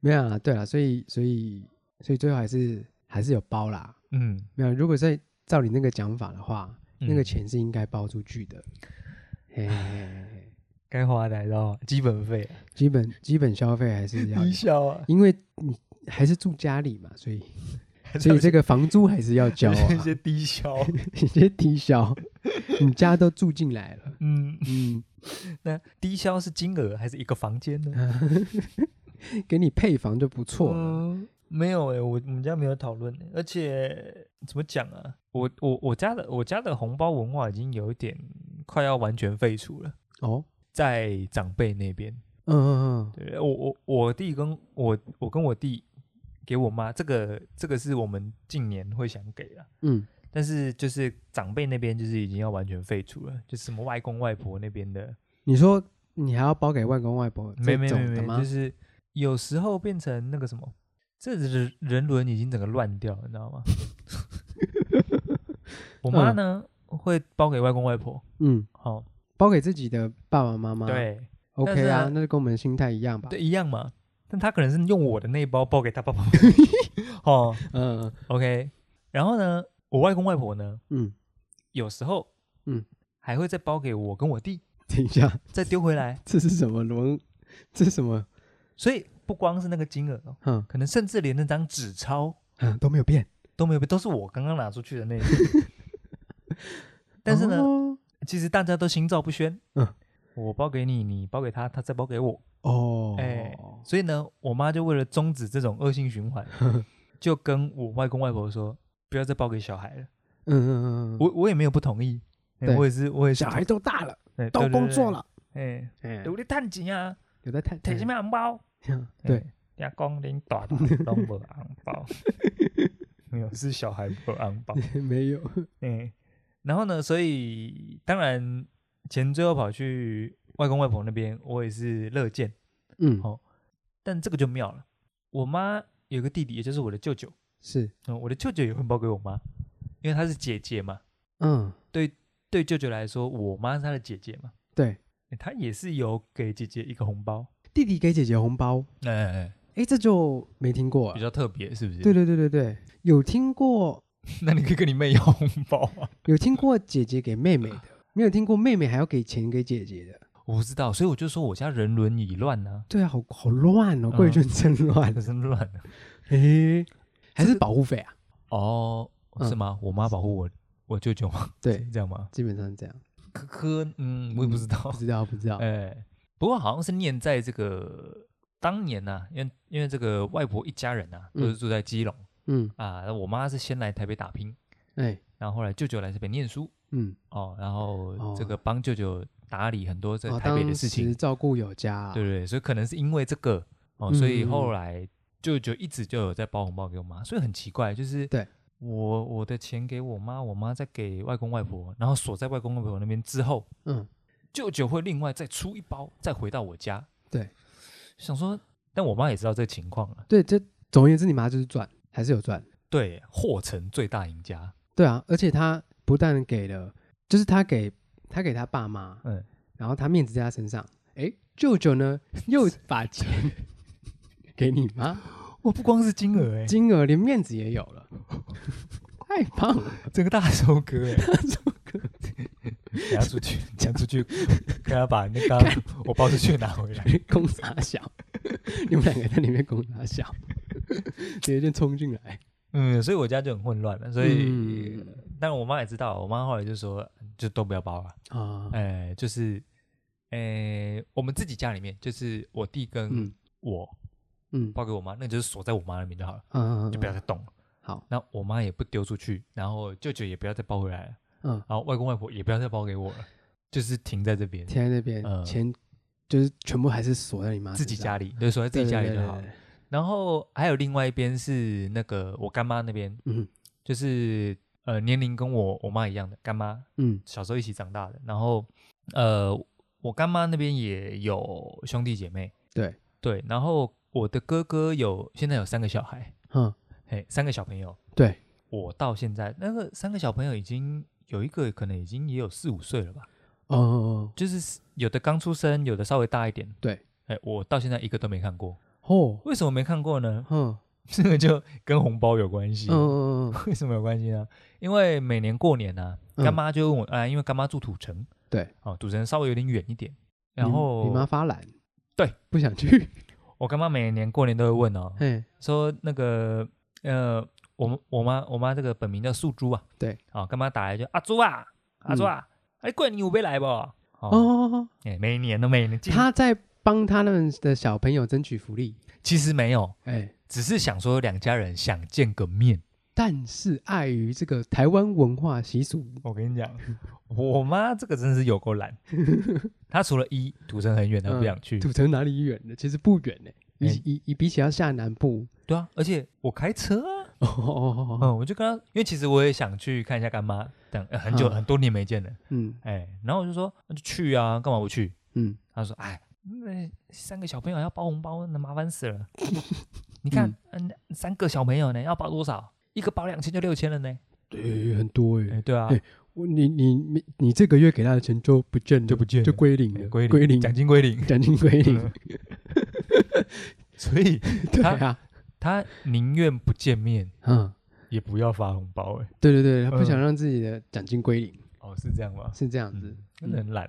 Speaker 3: 没有啊，对啦，所以所以所以最后还是还是有包啦，
Speaker 2: 嗯，
Speaker 3: 没有，如果再照你那个讲法的话，那个
Speaker 2: 嗯
Speaker 3: 钱是应该包出去的。嘿嘿嘿嘿
Speaker 2: 该花的还是要花基本费啊，
Speaker 3: 基本基本消费还是要有
Speaker 2: 低，消啊，
Speaker 3: 因为你还是住家里嘛，所以
Speaker 2: 还是
Speaker 3: 所
Speaker 2: 要
Speaker 3: 以这个房租还是要交
Speaker 2: 有 <laughs>
Speaker 3: 啊
Speaker 2: 一，些低消。
Speaker 3: 一些低消，你家都住进来了，
Speaker 2: 嗯，
Speaker 3: 嗯，
Speaker 2: 那低消是金额还是一个房间呢？
Speaker 3: 给你配房就不错了。
Speaker 2: 嗯没有哎、我我们家没有讨论欸、而且怎么讲啊？我我我家的我家的红包文化已经有一点快要完全废除了，
Speaker 3: 哦，
Speaker 2: 在长辈那边。
Speaker 3: 嗯嗯
Speaker 2: 对，我我我弟跟我我跟我弟给我妈这个这个是我们近年会想给的，
Speaker 3: 嗯
Speaker 2: 但是就是长辈那边就是已经要完全废除了，就是什么外公外婆那边的，
Speaker 3: 嗯，你说你还要包给外公外婆
Speaker 2: 没
Speaker 3: 这
Speaker 2: 没
Speaker 3: 种
Speaker 2: 没
Speaker 3: 的
Speaker 2: 没，
Speaker 3: 吗
Speaker 2: 就？是有时候变成那个什么，这人人伦已经整个乱掉了，你知道吗？ <laughs> 我妈呢、会包给外公外婆，
Speaker 3: 嗯，
Speaker 2: 好、
Speaker 3: 包给自己的爸爸妈妈。
Speaker 2: 对但是
Speaker 3: ，OK
Speaker 2: 啊
Speaker 3: 啊，那就跟我们心态一样吧。
Speaker 2: 对，一样嘛。但她可能是用我的那一包包给她爸爸
Speaker 3: <laughs>
Speaker 2: 妈妈，哦
Speaker 3: 嗯
Speaker 2: ，OK。然后呢，我外公外婆呢，
Speaker 3: 嗯，
Speaker 2: 有时候
Speaker 3: 嗯
Speaker 2: 还会再包给我跟我弟，
Speaker 3: 等一下，
Speaker 2: 再丢回来。
Speaker 3: 这是什么轮？ <laughs> 这是什么？
Speaker 2: 所以不光是那个金额哦，
Speaker 3: 哼、
Speaker 2: 可能甚至连那张纸钞
Speaker 3: 嗯，都没有变。
Speaker 2: 都没有被，都是我刚刚拿出去的
Speaker 3: <laughs>
Speaker 2: 那一张。但是呢，
Speaker 3: 哦，
Speaker 2: 其实大家都心照不宣。
Speaker 3: 嗯，
Speaker 2: 我包给你，你包给他，他再包给我。
Speaker 3: 哦
Speaker 2: 哎所以呢，我妈就为了终止这种恶性循
Speaker 3: <laughs>
Speaker 2: 环，
Speaker 3: 嗯
Speaker 2: 就跟我外公外婆说，不要再包给小孩了。
Speaker 3: 嗯嗯嗯，
Speaker 2: 我我也没有不同意，哎
Speaker 3: 对
Speaker 2: 我也是我也是
Speaker 3: 小孩都大了，
Speaker 2: 哎
Speaker 3: 都工作，了，
Speaker 2: 对对对哎，
Speaker 3: 哎
Speaker 2: 努力探钱啊，
Speaker 3: 有在探
Speaker 2: 摕什么红包？
Speaker 3: 嗯对，
Speaker 2: 哎，听讲恁大人拢无红包，没有是小孩无红包。
Speaker 3: <laughs> 没有，
Speaker 2: 嗯，然后呢，所以当然钱最后跑去外公外婆那边，我也是乐见。
Speaker 3: 嗯
Speaker 2: 好，但这个就妙了，我妈有个弟弟，也就是我的舅舅，
Speaker 3: 是，
Speaker 2: 嗯，我的舅舅也会包给我妈，因为她是姐姐嘛。
Speaker 3: 嗯，
Speaker 2: 对舅舅来说，我妈是她的姐姐嘛，
Speaker 3: 对，
Speaker 2: 欸她也是有给姐姐一个红包。
Speaker 3: 弟弟给姐姐红包，
Speaker 2: 哎哎哎，
Speaker 3: 哎，这就没听过啊，
Speaker 2: 较特别是不是
Speaker 3: 对，对对对对，有听过，
Speaker 2: 那你可以跟你妹要红包啊。
Speaker 3: 有听过姐姐给妹妹的，没有听过妹妹还要给钱给姐姐的，
Speaker 2: 我不知道，所以我就说我家人伦已乱呢、
Speaker 3: 对啊，好好乱哦，贵
Speaker 2: 嗯
Speaker 3: 圈真乱
Speaker 2: 啊，，真乱啊。
Speaker 3: <laughs> 诶，还是保护费啊，
Speaker 2: 哦，
Speaker 3: 嗯
Speaker 2: 是吗？我妈保护我，我舅舅吗？
Speaker 3: 对
Speaker 2: 是，这样吗？
Speaker 3: 基本上是这样，
Speaker 2: 科科，嗯，我也不知道
Speaker 3: 不。知道不知道，
Speaker 2: <laughs> 哎，不过好像是念在这个当年呐、因为因为这个外婆一家人呐、
Speaker 3: 嗯
Speaker 2: 都是住在基隆、
Speaker 3: 嗯，
Speaker 2: 啊，那我妈是先来台北打拼，
Speaker 3: 哎，
Speaker 2: 然后后来舅舅来这边念书
Speaker 3: 嗯，
Speaker 2: 哦，然后这
Speaker 3: 哦
Speaker 2: 个帮舅舅打理很多在
Speaker 3: 哦
Speaker 2: 台北的事
Speaker 3: 当
Speaker 2: 情
Speaker 3: 时，照顾有加啊，
Speaker 2: 对对，所以可能是因为这个哦，
Speaker 3: 嗯
Speaker 2: 所以后来舅舅一直就有在包红包给我妈，所以很奇怪，就是
Speaker 3: 对
Speaker 2: 我我的钱给我妈，我妈再给外公外婆，然后锁在外公外婆那边之后，
Speaker 3: 嗯，
Speaker 2: 舅舅会另外再出一包，再回到我家。
Speaker 3: 对，
Speaker 2: 想说，但我妈也知道这个情况了，
Speaker 3: 对，这总而言之，你妈就是赚，还是有赚。
Speaker 2: 对，霍成最大赢家，
Speaker 3: 对啊，而且他不但给了，就是他给他给他爸妈，
Speaker 2: 嗯，
Speaker 3: 然后他面子在他身上，哎，舅舅 <laughs> 呢又把 <laughs> 钱给你妈，
Speaker 2: 我不光是金额哎、
Speaker 3: 金额连面子也有了，太棒了！
Speaker 2: 欸整个大收割
Speaker 3: <laughs>
Speaker 2: 哎、大收割，等下出去，等下出
Speaker 3: <laughs>
Speaker 2: 去，跟他把那个我包出去拿回来。
Speaker 3: 公傻 <laughs> 小，你们两个在里面公傻小，直接就冲进来，
Speaker 2: 嗯，所以我家就很混乱了，所以，
Speaker 3: 嗯
Speaker 2: 但我妈也知道，我妈后来就说，就都不要包了，
Speaker 3: 啊，
Speaker 2: 哎、就是，哎，我们自己家里面，就是我弟跟
Speaker 3: 嗯
Speaker 2: 我
Speaker 3: 嗯
Speaker 2: 包给我妈，那就是锁在我妈那边就好了，
Speaker 3: 嗯，
Speaker 2: 就不要再动了。
Speaker 3: 好，
Speaker 2: 那我妈也不丢出去，然后舅舅也不要再包回来了，
Speaker 3: 嗯，
Speaker 2: 然后外公外婆也不要再包给我了，就是停在这边，
Speaker 3: 贴在那边
Speaker 2: 嗯
Speaker 3: 钱就是全部还是锁在你妈
Speaker 2: 自己
Speaker 3: 身上
Speaker 2: 家里，对，锁在自己家里就好。
Speaker 3: 对对对对
Speaker 2: 然后还有另外一边是那个我干妈那边，
Speaker 3: 嗯
Speaker 2: 就是呃年龄跟我我妈一样的干妈，
Speaker 3: 嗯
Speaker 2: 小时候一起长大的。然后呃，我干妈那边也有兄弟姐妹，
Speaker 3: 对
Speaker 2: 对。然后我的哥哥有现在有三个小孩，
Speaker 3: 嗯
Speaker 2: 嘿，三个小朋友。
Speaker 3: 对，
Speaker 2: 我到现在那个三个小朋友已经有一个可能已经也有四五岁了吧，
Speaker 3: 哦哦
Speaker 2: 就是有的刚出生，有的稍微大一点。
Speaker 3: 对，
Speaker 2: 哎，我到现在一个都没看过。
Speaker 3: 哦，
Speaker 2: 为什么没看过呢？ <laughs>
Speaker 3: 哼，
Speaker 2: 这个就跟红包有关系。
Speaker 3: 哦嗯嗯嗯
Speaker 2: <laughs>
Speaker 3: 嗯，
Speaker 2: 为什么有关系呢？因为每年过年呢、
Speaker 3: 嗯
Speaker 2: 干妈就问我，啊、因为干妈住土城，
Speaker 3: 对，
Speaker 2: 哦，土城稍微有点远一点。
Speaker 3: 你
Speaker 2: 然后
Speaker 3: 你妈发懒，
Speaker 2: 对，
Speaker 3: 不想 <laughs> 去，
Speaker 2: 我干妈每年过年都会问哦，
Speaker 3: 嘿，
Speaker 2: 说那个呃，我我妈我妈这个本名叫素珠啊，
Speaker 3: 对，嗯
Speaker 2: 啊、干妈打来就阿珠啊，阿珠啊，哎、过年有没来不？哦，哎、
Speaker 3: 哦，
Speaker 2: 每年都每年进，
Speaker 3: 她在帮她们的小朋友争取福利，
Speaker 2: 其实没有，
Speaker 3: 哎，
Speaker 2: 只是想说两家人想见个面。
Speaker 3: 但是碍于这个台湾文化习俗，
Speaker 2: 我跟你讲，我妈这个真是有够
Speaker 3: <laughs>
Speaker 2: 懒，她除了一土城很远，她不想去。
Speaker 3: 嗯土城哪里远呢？其实不远呢，
Speaker 2: 哎
Speaker 3: 以以以比起要下南部，
Speaker 2: 对啊，而且我开车啊，
Speaker 3: 哦，
Speaker 2: 嗯，我就跟她，因为其实我也想去看一下干妈，但、呃很久、
Speaker 3: 嗯
Speaker 2: 很多年没见了，
Speaker 3: <laughs> 嗯
Speaker 2: 哎，然后我就说那就去啊，干嘛不去？
Speaker 3: 嗯，
Speaker 2: 她说哎，那三个小朋友要包红包，那麻烦死 <laughs> 了。你看，嗯，三个小朋友呢要包多少？一个包两千就六千了呢。
Speaker 3: 对，很多
Speaker 2: 哎，
Speaker 3: 哎。
Speaker 2: 对啊，
Speaker 3: 哎我你你你你这个月给他的钱就不见了，
Speaker 2: 就不见了哎
Speaker 3: 就归零了，
Speaker 2: 归
Speaker 3: 归
Speaker 2: 零，
Speaker 3: 零，
Speaker 2: 奖金归零。
Speaker 3: 奖金归零
Speaker 2: <laughs> 嗯。所以
Speaker 3: <laughs> 对啊，
Speaker 2: 她宁愿不见面，
Speaker 3: 嗯，
Speaker 2: 也不要发红包、哎，
Speaker 3: 对对对，他不
Speaker 2: 嗯
Speaker 3: 想让自己的奖金归零，
Speaker 2: 哦，是这样吗？
Speaker 3: 是这样子
Speaker 2: 嗯。，真的很懒。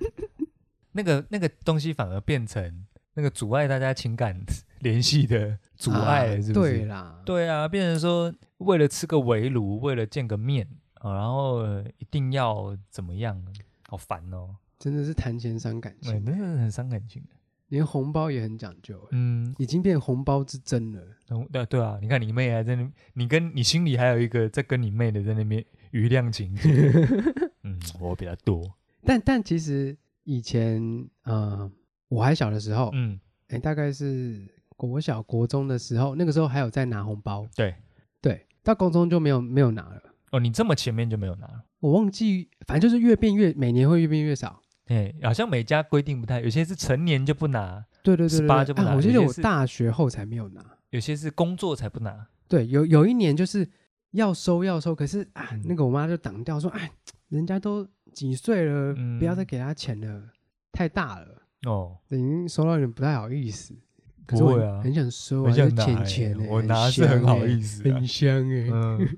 Speaker 2: <laughs> 那个那个东西反而变成那个阻碍大家情感联系的阻碍了，
Speaker 3: 啊
Speaker 2: 是不是？
Speaker 3: 对啦，
Speaker 2: 对啊，变成说为了吃个围炉，为了见个面啊，然后呃一定要怎么样，好烦哦，
Speaker 3: 真的是谈钱伤感
Speaker 2: 哎，
Speaker 3: 情，
Speaker 2: 真的很伤感情。
Speaker 3: 连红包也很讲究欸，
Speaker 2: 嗯，
Speaker 3: 已经变红包之争了。
Speaker 2: 然后对啊对啊，你看你妹还在那，你跟你心里还有一个在跟你妹的在那边余量情节， <laughs> 嗯，我比较多，
Speaker 3: 但但其实以前，呃，我还小的时候，哎、
Speaker 2: 嗯，
Speaker 3: 大概是国小、国中的时候，那个时候还有在拿红包，
Speaker 2: 对，
Speaker 3: 对，到高中就没有没有拿了。
Speaker 2: 哦，你这么前面就没有拿了。
Speaker 3: 我忘记，反正就是越变越，每年会越变越少。
Speaker 2: 哎，好像每家规定不太，有些是成年就不拿，
Speaker 3: 对对对对
Speaker 2: 18
Speaker 3: 对，
Speaker 2: 就不拿
Speaker 3: 啊我记
Speaker 2: 有
Speaker 3: 得
Speaker 2: 些
Speaker 3: 我
Speaker 2: 是
Speaker 3: 大学后才没有拿。
Speaker 2: 有些是工作才不拿。
Speaker 3: 对，有有一年就是要收要收，可是啊，
Speaker 2: 嗯
Speaker 3: 那个我妈就挡掉说，哎，人家都几岁了，不要再
Speaker 2: 嗯
Speaker 3: 给他钱了，太大了。
Speaker 2: 哦，
Speaker 3: 已经收到有点不太好意思。可是
Speaker 2: 不
Speaker 3: 我
Speaker 2: 会
Speaker 3: 很
Speaker 2: 啊
Speaker 3: 很想收
Speaker 2: 我
Speaker 3: 啊，就
Speaker 2: 想
Speaker 3: 是
Speaker 2: 拿
Speaker 3: 钱
Speaker 2: 欸
Speaker 3: 钱欸
Speaker 2: 我拿是很好意思啊
Speaker 3: 很香哎、欸。
Speaker 2: 嗯，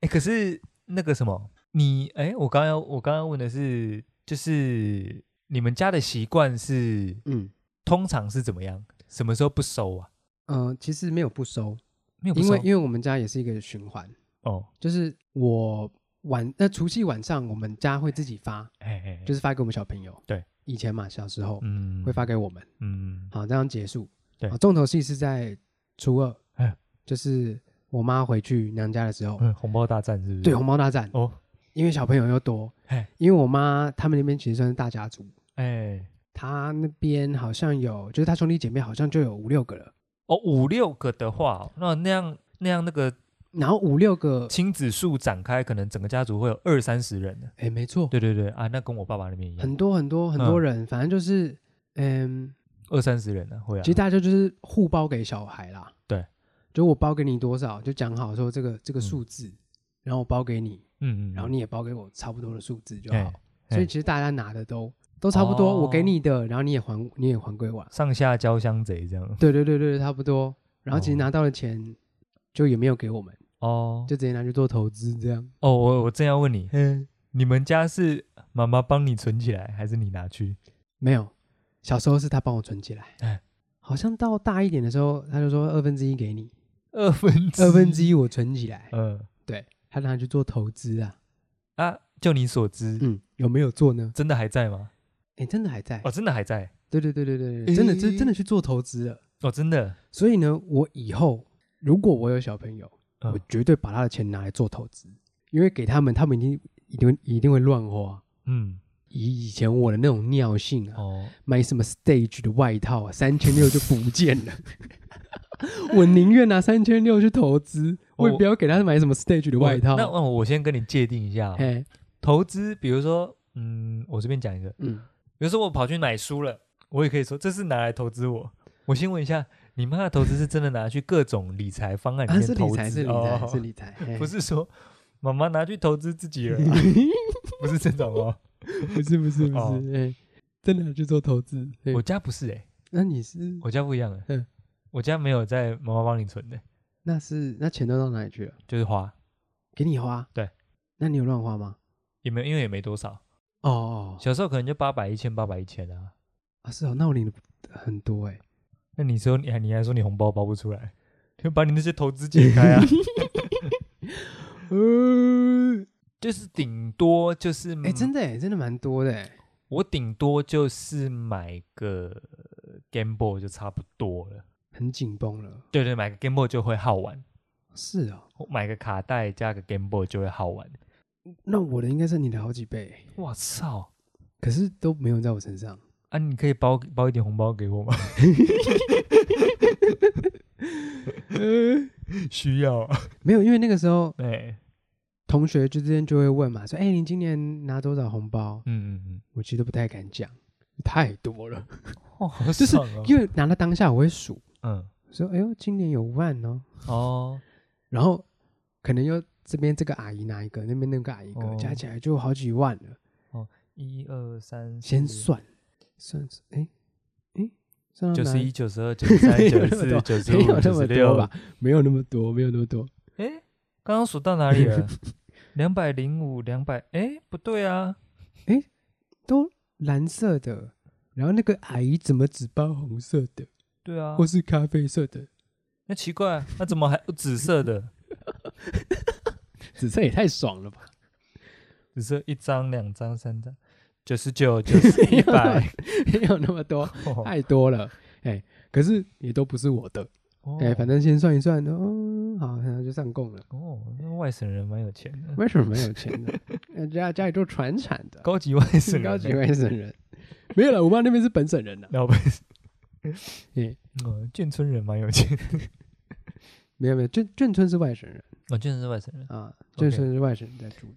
Speaker 3: <laughs>
Speaker 2: 哎，可是那个什么，你哎，我刚刚我刚刚问的是，就是你们家的习惯是
Speaker 3: 嗯
Speaker 2: 通常是怎么样？什么时候不收啊？
Speaker 3: 呃，其实没有不收，
Speaker 2: 没有不
Speaker 3: 因
Speaker 2: 收
Speaker 3: 为因为我们家也是一个循环，
Speaker 2: 哦，
Speaker 3: 就是我晚那除夕晚上我们家会自己发，
Speaker 2: 哎哎，
Speaker 3: 就是是发给我们小朋友。
Speaker 2: 对，
Speaker 3: 以前嘛，小时候
Speaker 2: 嗯
Speaker 3: 会发，给我们，
Speaker 2: 嗯
Speaker 3: 好这样结束。
Speaker 2: 对
Speaker 3: 好重头戏是在初二
Speaker 2: 哎，
Speaker 3: 就是我妈回去娘家的时候，
Speaker 2: 嗯，红包大战是不是？
Speaker 3: 对红包大战，
Speaker 2: 哦，
Speaker 3: 因为小朋友又多
Speaker 2: 哎，
Speaker 3: 因为我妈他们那边其实算是大家族。
Speaker 2: 哎，
Speaker 3: 他那边好像有，就是他兄弟姐妹好像就有五六个了，
Speaker 2: 哦，五六个的话，那那样那样那个
Speaker 3: 然后五六个，
Speaker 2: 亲子数展开，可能整个家族会有二三十人呢。
Speaker 3: 哎，没错，
Speaker 2: 对对对啊，那跟我爸爸那边一样，
Speaker 3: 很多很多很多人，反正就是，嗯，
Speaker 2: 二三十人呢、会啊。
Speaker 3: 其实大家就是互包给小孩啦，
Speaker 2: 对，嗯
Speaker 3: 就我包给你多少，就讲好说这个这个数字，然后我包给你，
Speaker 2: 嗯嗯，
Speaker 3: 然后你也包给我差不多的数字就
Speaker 2: 哎
Speaker 3: 好，所以
Speaker 2: 哎
Speaker 3: 其实大家拿的都都差不多，
Speaker 2: 哦
Speaker 3: 我给你的，然后你也还你也还归我，
Speaker 2: 上下交相贼这样。
Speaker 3: 对对对对，差不多，然后其实
Speaker 2: 哦
Speaker 3: 拿到的钱就也没有给我们，
Speaker 2: 哦
Speaker 3: 就直接拿去做投资这样，
Speaker 2: 哦，我我正要问你，
Speaker 3: 嗯。
Speaker 2: 你们家是妈妈帮你存起来，还是你拿去？
Speaker 3: 没有，小时候是他帮我存起来
Speaker 2: 哎，
Speaker 3: 好像到大一点的时候，他就说二分之一给你，
Speaker 2: 二分之
Speaker 3: 二分之一我存起来，
Speaker 2: 嗯
Speaker 3: 对他拿去做投资啊，
Speaker 2: 啊，就你所知，
Speaker 3: 嗯，有没有做呢？
Speaker 2: 真的还在吗？
Speaker 3: 哎，真的还在
Speaker 2: 哦，，真的还在
Speaker 3: 对对对对对对，真的真真的去做投资了。
Speaker 2: 哦，真的。
Speaker 3: 所以呢，我以后如果我有小朋友，
Speaker 2: 嗯
Speaker 3: 我绝对把他的钱拿来做投资，因为给他们，他们一定一定会一定会乱花。
Speaker 2: 嗯
Speaker 3: 以以前我的那种尿性啊，
Speaker 2: 哦，
Speaker 3: 买什么 stage 的外套啊，三千六就不见 <laughs> 了。我宁愿拿三千六去投资，我也不要给他买什么 stage 的外套。
Speaker 2: 那那我先跟你界定一下哦、
Speaker 3: 哎，
Speaker 2: 投资，比如说，嗯，我这边讲一个，
Speaker 3: 嗯，
Speaker 2: 比如说我跑去买书了，我也可以说这是拿来投资我。我先问一下，你妈的投资是真的拿去各种理财方案里
Speaker 3: 啊，
Speaker 2: 面
Speaker 3: 是
Speaker 2: 投
Speaker 3: 理
Speaker 2: 资？
Speaker 3: 财，是理
Speaker 2: 哦
Speaker 3: 财，是理
Speaker 2: <laughs>
Speaker 3: 财，嘿
Speaker 2: 不是说妈妈拿去投资自己了啊、
Speaker 3: <laughs>
Speaker 2: 不是这种哦。
Speaker 3: 不是不是不
Speaker 2: 哦
Speaker 3: 是，哎，真的要去做投资。嘿
Speaker 2: 我家不是哎、
Speaker 3: 那你是
Speaker 2: 我家不一样哎、
Speaker 3: 嗯
Speaker 2: 我家没有在妈妈帮你存的、
Speaker 3: 那是那钱都到哪里去了？
Speaker 2: 就是花，
Speaker 3: 给你花？
Speaker 2: 对，
Speaker 3: 那你有乱花吗？
Speaker 2: 也没有，因为也没多少。
Speaker 3: 哦哦
Speaker 2: 小时候可能就八百、一千、八百、一千啊。
Speaker 3: 啊，是哦，那我领的很多
Speaker 2: <laughs>
Speaker 3: 哎。
Speaker 2: 那你说你还你还说你红包包不出来，就把你那些投资解开
Speaker 3: <laughs>
Speaker 2: 啊。嗯
Speaker 3: 呃，
Speaker 2: 就是顶多就是
Speaker 3: 欸哎，真的哎，真的蛮多的哎。
Speaker 2: 我顶多就是买个 Game Boy 就差不多了。
Speaker 3: 很紧绷了。
Speaker 2: 对对，买个 Game Boy 就会好玩，
Speaker 3: 是哦，
Speaker 2: 买个卡带加个 Game Boy 就会好玩。
Speaker 3: 那我的应该是你的好几倍，
Speaker 2: 我操！
Speaker 3: 可是都没有在我身上。
Speaker 2: 啊，你可以包包一点红包给
Speaker 3: <laughs>
Speaker 2: 我吗？需要啊，
Speaker 3: 没有，因为那个时候
Speaker 2: 对，
Speaker 3: 同学之间就会问嘛，说：“哎、你今年拿多少红包
Speaker 2: 嗯嗯嗯，？”
Speaker 3: 我其实都不太敢讲，太多了，
Speaker 2: 哦，好
Speaker 3: 就是
Speaker 2: 爽哦，
Speaker 3: 因为拿到当下我会数，
Speaker 2: 嗯，
Speaker 3: 说：“哎呦，今年有万哦。
Speaker 2: 哦，”
Speaker 3: 然后可能又这边这个阿姨拿一个，那边那个阿姨一个，
Speaker 2: 哦
Speaker 3: 加起来就好几万了。
Speaker 2: 一二三，
Speaker 3: 先
Speaker 2: 四，
Speaker 3: 算，算，哎、哎、算到
Speaker 2: 九
Speaker 3: 哪
Speaker 2: 十
Speaker 3: 里
Speaker 2: 一、九十二、九十三、
Speaker 3: <laughs> 没
Speaker 2: 九
Speaker 3: 有
Speaker 2: 十
Speaker 3: 那么
Speaker 2: 四、
Speaker 3: 多
Speaker 2: 九十
Speaker 3: 没有
Speaker 2: 五、
Speaker 3: 那
Speaker 2: 九
Speaker 3: 么
Speaker 2: 十
Speaker 3: 多
Speaker 2: 六
Speaker 3: 吧。？没有那么多，没有那么多。
Speaker 2: 哎，刚刚数到哪里了？两百零五，两百，哎，不对啊，
Speaker 3: 都蓝色的，然后那个阿姨怎么只包红色的，
Speaker 2: 对啊
Speaker 3: 或，是咖啡色的？
Speaker 2: 那奇怪，那怎么还有紫色的？
Speaker 3: 紫色也太爽了吧！
Speaker 2: 紫色一张、两张、三张，九十九、九十一 <laughs> 百，
Speaker 3: 没有那么多，太多了。哎、可是也都不是我的。
Speaker 2: 哦
Speaker 3: 哎、反正先算一算，哦，好，然后就上供了。
Speaker 2: 哦，那外省人蛮有钱的， <laughs>
Speaker 3: 为什么没有钱呢？ <laughs> 呃家家里做船产的，
Speaker 2: 高级外省人，
Speaker 3: 高级外省人。没有了，我妈那边是本省人呐、
Speaker 2: 老板， <laughs>
Speaker 3: 哎
Speaker 2: 哦，眷村人蛮有钱的，
Speaker 3: 没有没有，眷眷村是外省人
Speaker 2: <laughs> 哦，眷村是外省人。
Speaker 3: 啊，
Speaker 2: OK
Speaker 3: 眷村是外省人在住的。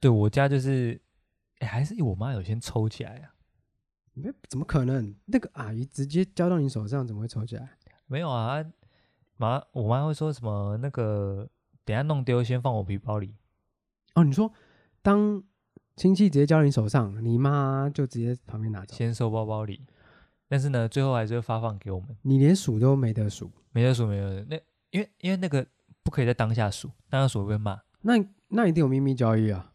Speaker 2: 对我家就是，哎，还是我妈有先抽起来啊？
Speaker 3: 没，怎么可能？那个阿姨直接交到你手上，怎么会抽起来？
Speaker 2: 没有啊，妈，我妈会说什么那个，等下弄丢先放我皮包里。
Speaker 3: 哦，你说当亲戚直接交到你手上，你妈就直接旁边拿走，
Speaker 2: 先收包包里，但是呢，最后还是会发放给我们。
Speaker 3: 你连数都没得数。
Speaker 2: 没得数，没得数。那因为因为那个不可以在当下数，当下数会被骂，
Speaker 3: 那那一定有秘密交易啊，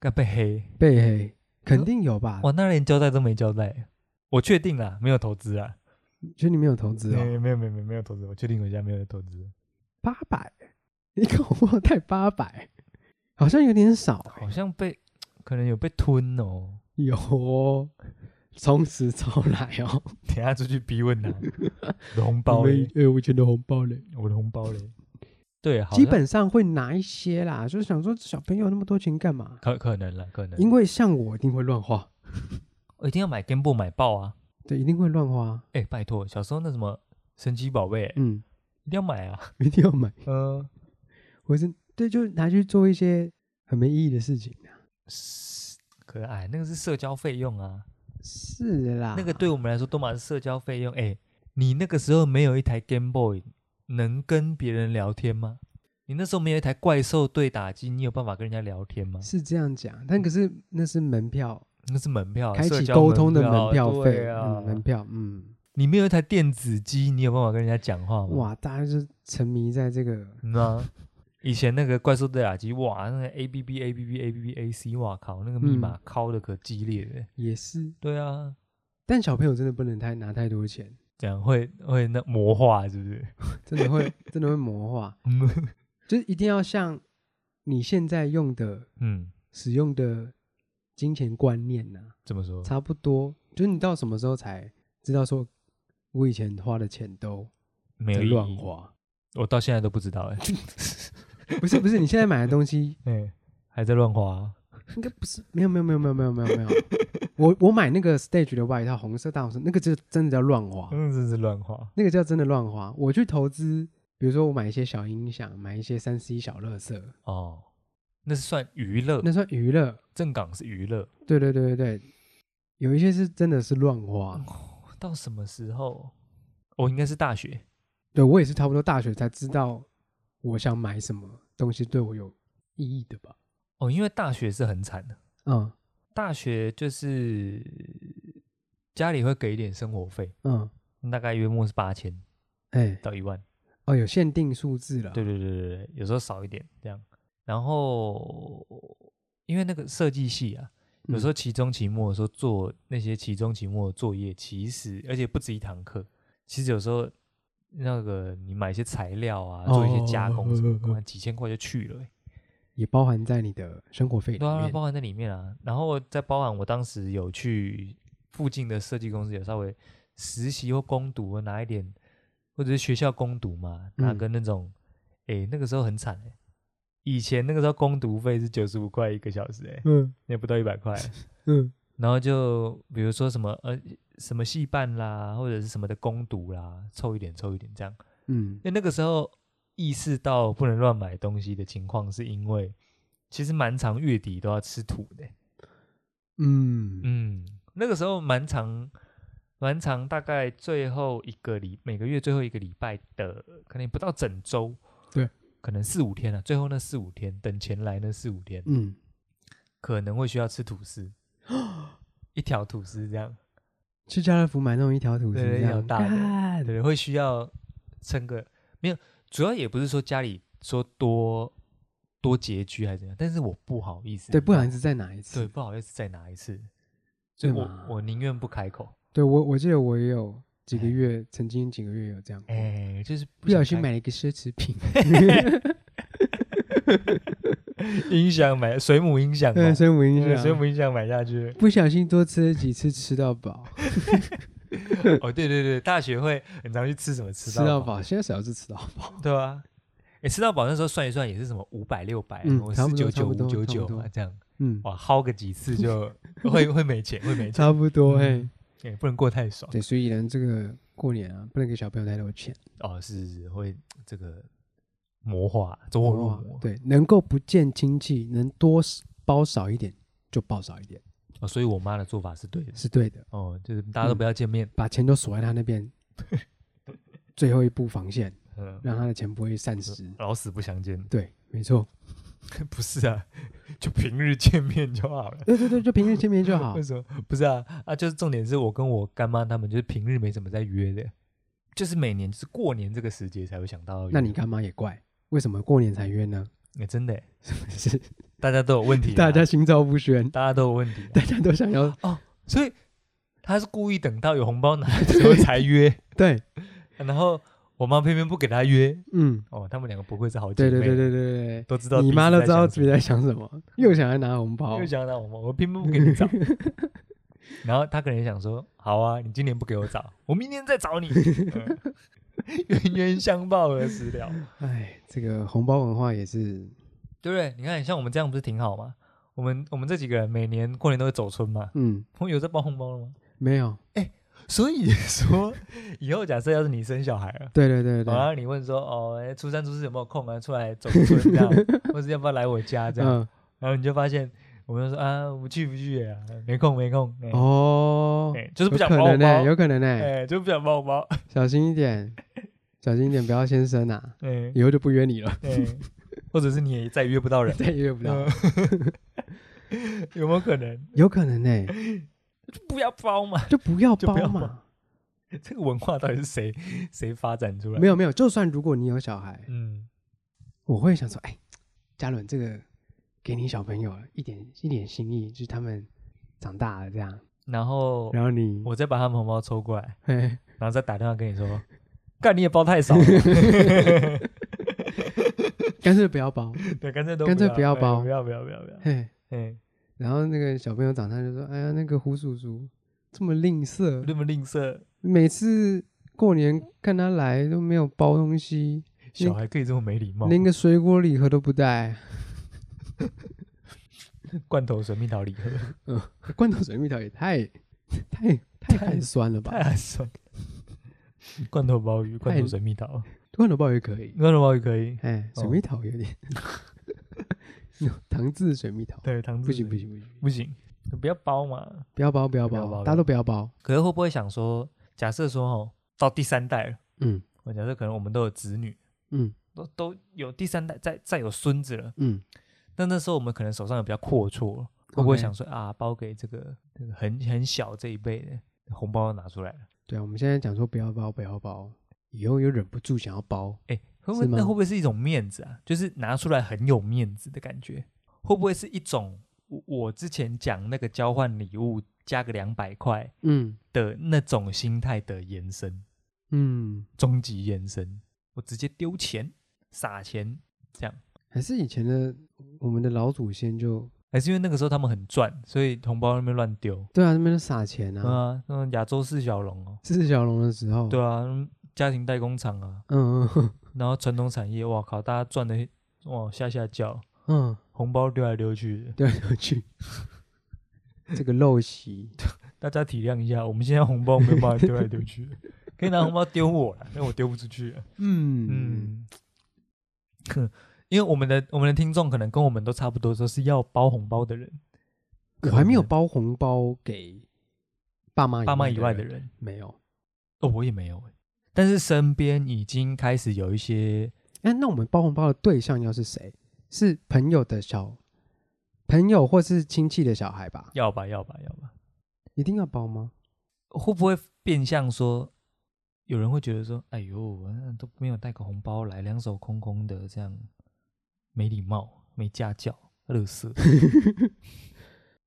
Speaker 2: 该被黑。
Speaker 3: 被黑肯定有吧？
Speaker 2: 我那连交代都没交代，我确定啦，没有投资啊，
Speaker 3: 觉得你没有投资
Speaker 2: 没
Speaker 3: 哦，哎
Speaker 2: 有没有没有没有没有投资，我确定我家没有投资，
Speaker 3: 八百，一个红包袋八百，好像有点少欸、
Speaker 2: 好像被可能有被吞
Speaker 3: <laughs>
Speaker 2: 哦。
Speaker 3: 有哦，从实招来哦，
Speaker 2: 等一下出去逼问他，我
Speaker 3: <laughs>
Speaker 2: 的红包
Speaker 3: 没
Speaker 2: 嘞，
Speaker 3: 哎，我以前的红包嘞，
Speaker 2: 我的红包嘞。对，好像
Speaker 3: 基本上会拿一些啦，就是想说小朋友那么多钱干嘛？
Speaker 2: 可可能了，可能，
Speaker 3: 因为像我一定会乱花，
Speaker 2: 我一定要买 Game Boy 买爆啊！
Speaker 3: 对，一定会乱花，
Speaker 2: 哎，拜托，小时候那什么神奇宝贝，
Speaker 3: 嗯，
Speaker 2: 一定要买啊！
Speaker 3: <laughs> 一定要买，
Speaker 2: 嗯，
Speaker 3: 我是对，就拿去做一些很没意义的事情啊
Speaker 2: 可爱，那个是社交费用啊。
Speaker 3: 是啦，
Speaker 2: 那个对我们来说都嘛是社交费用。哎、你那个时候没有一台 Game Boy，能跟别人聊天吗？你那时候没有一台怪兽对打机，你有办法跟人家聊天吗？
Speaker 3: 是这样讲，但可是那是门票，
Speaker 2: 那是门票，
Speaker 3: 开
Speaker 2: 啊社
Speaker 3: 启
Speaker 2: 交
Speaker 3: 沟通的
Speaker 2: 门
Speaker 3: 门票费，
Speaker 2: 对啊
Speaker 3: 嗯，门票，嗯，
Speaker 2: 你没有一台电子机，你有办法跟人家讲话吗？
Speaker 3: 哇，大家就沉迷在这个，
Speaker 2: 嗯啊，以前那个怪兽对打机，哇，那个 A B B A B B A B B A C，哇靠，那个密
Speaker 3: 嗯
Speaker 2: 码敲的可激烈了。
Speaker 3: 也是，
Speaker 2: 对啊，
Speaker 3: 但小朋友真的不能太拿太多钱，
Speaker 2: 这样会会那魔化是不是？
Speaker 3: 真的会真的会魔化，
Speaker 2: 嗯
Speaker 3: 就是一定要像你现在用的
Speaker 2: <laughs> 嗯，
Speaker 3: 使用的金钱观念呐、
Speaker 2: 怎么说？
Speaker 3: 差不多，就是你到什么时候才知道说，我以前花的钱都
Speaker 2: 没
Speaker 3: 在
Speaker 2: 有
Speaker 3: 乱
Speaker 2: 意义
Speaker 3: 花，
Speaker 2: 我到现在都不知道
Speaker 3: <laughs>
Speaker 2: 哎、欸，
Speaker 3: 不是不是，你现在买的东西
Speaker 2: 哎、还在乱啊花、
Speaker 3: 应该不是，没有没有没有没有没有没有没有，我我买那个 Stage 的外套，红色大红色，那个就真的叫乱花，
Speaker 2: 嗯，真是乱花。
Speaker 3: 那个叫真的乱花。我去投资，比如说我买一些小音响，买一些三 C 小乐色，
Speaker 2: 哦，那是算娱乐，
Speaker 3: 那算娱乐，
Speaker 2: 正港是娱乐。
Speaker 3: 对对对对对，有一些是真的是乱花。
Speaker 2: 哦到什么时候？我、应该是大学，
Speaker 3: 对我也是差不多大学才知道我想买什么东西对我有意义的吧，
Speaker 2: 哦，因为大学是很惨的，
Speaker 3: 嗯
Speaker 2: 大学就是家里会给一点生活费，
Speaker 3: 嗯，
Speaker 2: 大概约莫是八千
Speaker 3: 哎、
Speaker 2: 到一万。
Speaker 3: 哦，有限定数字了。
Speaker 2: 对对对对对，有时候少一点这样。然后因为那个设计系啊，
Speaker 3: 嗯，
Speaker 2: 有时候期中、期末的时候做那些期中、期末的作业，其实而且不止一堂课，其实有时候那个你买一些材料啊，做一些加工什么，
Speaker 3: 哦哦哦哦
Speaker 2: 可能几千块就去了、欸，
Speaker 3: 也包含在你的生活费里
Speaker 2: 对啊，
Speaker 3: 面。
Speaker 2: 包含在里面啊。然后再包含我当时有去附近的设计公司，有稍微实习或攻读我拿一点，或者是学校攻读嘛，拿
Speaker 3: 嗯
Speaker 2: 跟那种，诶，那个时候很惨诶，以前那个时候攻读费是九十五块一个小时诶，
Speaker 3: 嗯
Speaker 2: 也不到一百
Speaker 3: <laughs>
Speaker 2: 块。
Speaker 3: 嗯
Speaker 2: 然后就比如说什么呃什么戏办啦，或者是什么的攻读啦，凑一点凑一点这样。
Speaker 3: 嗯
Speaker 2: 因为那个时候意识到不能乱买东西的情况，是因为其实蛮长月底都要吃土的、
Speaker 3: 嗯
Speaker 2: 嗯，那个时候蛮长蛮长，大概最后一个礼每个月最后一个礼拜的，可能也不到整周，
Speaker 3: 对，
Speaker 2: 可能四五天啊，最后那四五天等钱来那四五天，
Speaker 3: 嗯，
Speaker 2: 可能会需要吃吐
Speaker 3: <laughs>
Speaker 2: 司，一条吐司这样。
Speaker 3: 去家乐福买那种一条吐司，
Speaker 2: 对
Speaker 3: 这
Speaker 2: 一条
Speaker 3: 样
Speaker 2: 大的
Speaker 3: 干
Speaker 2: 对，会需要撑个没有，主要也不是说家里说多多拮据还是怎样，但是我不好意思，
Speaker 3: 对，不好意
Speaker 2: 思，
Speaker 3: 思再拿一次。
Speaker 2: 对，不好意思再拿一次，所以
Speaker 3: 对
Speaker 2: 我
Speaker 3: 嘛
Speaker 2: 我宁愿不开口，
Speaker 3: 对我我记得我也有几个
Speaker 2: 哎
Speaker 3: 月，曾经几个月有这样过，
Speaker 2: 哎、就是不
Speaker 3: 不小心
Speaker 2: 想
Speaker 3: 买了一个奢侈
Speaker 2: <laughs>
Speaker 3: 品，
Speaker 2: 开音响买水母音响嘛，
Speaker 3: 对， <laughs> 所以我印
Speaker 2: 对水
Speaker 3: 象
Speaker 2: 母音响买下去，
Speaker 3: 不小心多吃了几次吃到饱，
Speaker 2: 哦，对对对，大学会很常去吃什么 <laughs> 吃
Speaker 3: 吃到
Speaker 2: 饱，
Speaker 3: 饱，现在谁要吃吃到饱？
Speaker 2: 对啊，哎、吃到饱那时候算一算也是什么五百六百，啊
Speaker 3: 嗯
Speaker 2: 我
Speaker 3: 差
Speaker 2: 四
Speaker 3: 不
Speaker 2: 九
Speaker 3: 多
Speaker 2: 九五
Speaker 3: 差不
Speaker 2: 九
Speaker 3: 多
Speaker 2: 九
Speaker 3: 差不
Speaker 2: 嘛
Speaker 3: 多
Speaker 2: 这样，
Speaker 3: 嗯，
Speaker 2: 哇，薅个几次
Speaker 3: <laughs>
Speaker 2: 就会会没钱，会没钱。
Speaker 3: 差不多哎、
Speaker 2: 嗯也不能过太爽。
Speaker 3: 对，所以呢，这个过年啊，不能给小朋友太多钱，
Speaker 2: 哦，是是是，会这个魔化，走火入
Speaker 3: 哇
Speaker 2: 魔。
Speaker 3: 对，能够不见亲戚，能多包少一点就包少一点，
Speaker 2: 哦，所以我妈的做法是对的。
Speaker 3: 是嗯对的，
Speaker 2: 哦，就是大家都不要见面。
Speaker 3: 把钱都锁在他
Speaker 2: <laughs>
Speaker 3: 那边，最后一步防线，
Speaker 2: 嗯，
Speaker 3: 让他的钱不会散失。
Speaker 2: 老死不相见。 <laughs>
Speaker 3: 对，没错，
Speaker 2: 不是啊，就平日见面就好了。
Speaker 3: 对对对，就平时见面就好
Speaker 2: 为。什么？ <laughs> 不是啊啊，就是重点是我跟我干妈他们就是平日没怎么在约的，就是每年就是过年这个时节才会想到要约。
Speaker 3: 那你干妈也怪，为什么过年才约呢？ <laughs>
Speaker 2: 哎，真的欸，
Speaker 3: 是
Speaker 2: 大家都有问题啊，
Speaker 3: 大家心照不宣，
Speaker 2: 大家都有问题啊，
Speaker 3: 大家都
Speaker 2: <laughs>
Speaker 3: 想要
Speaker 2: 所以他是故意等到有红包拿的时候才约。
Speaker 3: 对，
Speaker 2: 然后我妈偏偏不给他约，
Speaker 3: 嗯，
Speaker 2: 哦，他们两个不会是好姐
Speaker 3: 对
Speaker 2: 妹，
Speaker 3: 对对对对对
Speaker 2: 都知道
Speaker 3: 对，你妈都知道自己
Speaker 2: 在
Speaker 3: 在想什
Speaker 2: <laughs>
Speaker 3: 么，又想要哦拿红包
Speaker 2: 又，想到我妈，我偏偏不给你
Speaker 3: <laughs>
Speaker 2: 找，然后他可能也想说，好啊，你今年不给我找，我明年再
Speaker 3: <laughs>
Speaker 2: 找你，嗯冤冤相报何时了，
Speaker 3: 哎，这个红包文化也是，
Speaker 2: 对不对？你看像我们这样不是挺好吗？我们我们这几个人每年过年都会走村嘛，
Speaker 3: 嗯，
Speaker 2: 我们有在包红包了
Speaker 3: <laughs>
Speaker 2: 吗？
Speaker 3: 没有，
Speaker 2: 所以说， <laughs> 以后假设要是你生小孩了。
Speaker 3: 对对对
Speaker 2: 然
Speaker 3: 对，
Speaker 2: 后你问说，哦，哎初三、初四有没有空啊？出来走个村这样，或是要不要来我家这样？
Speaker 3: 嗯，
Speaker 2: 然后你就发现，我们就说啊，不去不去啊，没空没空，哎、
Speaker 3: 嗯哦，
Speaker 2: 哎就是不
Speaker 3: 有
Speaker 2: 想
Speaker 3: 可
Speaker 2: 包红
Speaker 3: 能欸
Speaker 2: 包，
Speaker 3: 呢，有可能
Speaker 2: 哎、
Speaker 3: 呢，
Speaker 2: 就不想包红包，
Speaker 3: 小心
Speaker 2: <laughs>
Speaker 3: 一点，小心一点，不要先生啊，
Speaker 2: 哎、
Speaker 3: 以后就不约你了，，
Speaker 2: 哎、或者是你也再约不到人
Speaker 3: <laughs> 再也约不到，
Speaker 2: 嗯 <laughs> 有没有可能 <laughs>
Speaker 3: 有可能呢，
Speaker 2: 不要包嘛？
Speaker 3: 就不
Speaker 2: <laughs>
Speaker 3: 要
Speaker 2: 就不
Speaker 3: 包
Speaker 2: 要
Speaker 3: 嘛，
Speaker 2: 这个文化到底是谁谁发展出来？
Speaker 3: 没
Speaker 2: 有，
Speaker 3: 有没有，就算如果你有小孩，
Speaker 2: 嗯，
Speaker 3: 我会想说，哎，嘉伦这个给你小朋友一点一点心意，就是他们长大了这样，
Speaker 2: 然后
Speaker 3: 然后你，
Speaker 2: 我再把他们红包抽过来，
Speaker 3: 嘿
Speaker 2: 然后再打电话跟你说，干你也包太少
Speaker 3: <laughs>
Speaker 2: 了，
Speaker 3: 干脆不要包，
Speaker 2: 对，干脆都
Speaker 3: 干脆不要
Speaker 2: 哎
Speaker 3: 包
Speaker 2: 不要不要不要不要，
Speaker 3: 嘿，
Speaker 2: 哎，
Speaker 3: 然后那个小朋友长大就说，哎呀，那个胡叔叔这么吝啬，
Speaker 2: 那么吝啬，
Speaker 3: 每次过年看他来都没有包东西，
Speaker 2: 小孩可以这么没礼貌，
Speaker 3: 连个水果礼盒都不带，
Speaker 2: 罐头水蜜桃礼盒，
Speaker 3: 罐头水蜜桃也太太太寒酸了
Speaker 2: 太
Speaker 3: 吧？
Speaker 2: 寒酸了。罐头鲍鱼、罐头水蜜桃、
Speaker 3: 罐头包也可以，
Speaker 2: 罐头鲍鱼可以，
Speaker 3: 哎，水
Speaker 2: 哦
Speaker 3: 蜜桃有点 <laughs> 糖渍水蜜桃，
Speaker 2: 对，糖制
Speaker 3: 不
Speaker 2: 水
Speaker 3: 行不行不行，
Speaker 2: 不行，不要包嘛。
Speaker 3: 不要包不要
Speaker 2: 不要包
Speaker 3: 包，大家都不要包，
Speaker 2: 可是会不会想说，假设说哦，到第三代了，
Speaker 3: 嗯
Speaker 2: 我假设可能我们都有子女，
Speaker 3: 嗯
Speaker 2: 都都有第三代，再再有孙子了，
Speaker 3: 嗯，
Speaker 2: 但那时候我们可能手上也比较阔绰了，会不会想说啊，包给这个这个很很小这一辈的红包拿出来了？
Speaker 3: 对啊，我们现在讲说不要包不要包，以后又忍不住想要包，
Speaker 2: 哎、会不会
Speaker 3: 是
Speaker 2: 那
Speaker 3: 吗
Speaker 2: 会不会是一种面子啊？就是拿出来很有面子的感觉，会不会是一种我我之前讲那个交换礼物加个两百块
Speaker 3: 嗯
Speaker 2: 的那种心态的延伸，
Speaker 3: 嗯，
Speaker 2: 终极延伸？我直接丢钱撒钱，
Speaker 3: 还是以前的我们的老祖先就
Speaker 2: 还是因为那个时候他们很赚，所以红包那边乱丢。
Speaker 3: 对啊，那边就撒钱
Speaker 2: 对
Speaker 3: 啊，
Speaker 2: 啊，那亚洲四小龙哦，
Speaker 3: 四小龙的时候，
Speaker 2: 对啊，嗯家庭代工厂啊，
Speaker 3: 嗯， <laughs> 嗯
Speaker 2: 然后传统产业，哇靠，大家赚的哇下下叫，
Speaker 3: 嗯， <laughs>
Speaker 2: 红包丢来丢去的，
Speaker 3: 对，有去这个陋习，
Speaker 2: 大家体谅一下，我们现在红包没有办法丢来丢去，可以拿红包丢我了，因为我丢不出去了。
Speaker 3: 嗯嗯，
Speaker 2: 嗯， <laughs> 因为我们的我们的听众可能跟我们都差不多，都是要包红包的人，
Speaker 3: 我还没有包红包给爸妈
Speaker 2: 爸妈以外的
Speaker 3: 人，
Speaker 2: 人。
Speaker 3: 没有。
Speaker 2: 哦，我也没有欸但是身边已经开始有一些
Speaker 3: 哎，那我们包红包的对象要是谁？是朋友的小朋友或是亲戚的小孩吧？
Speaker 2: 要吧要吧要吧，
Speaker 3: 一定要包吗？
Speaker 2: 会不会变相说，有人会觉得说，哎呦，嗯都没有带个红包来，两手空空的，这样没礼貌，没家教，乐色。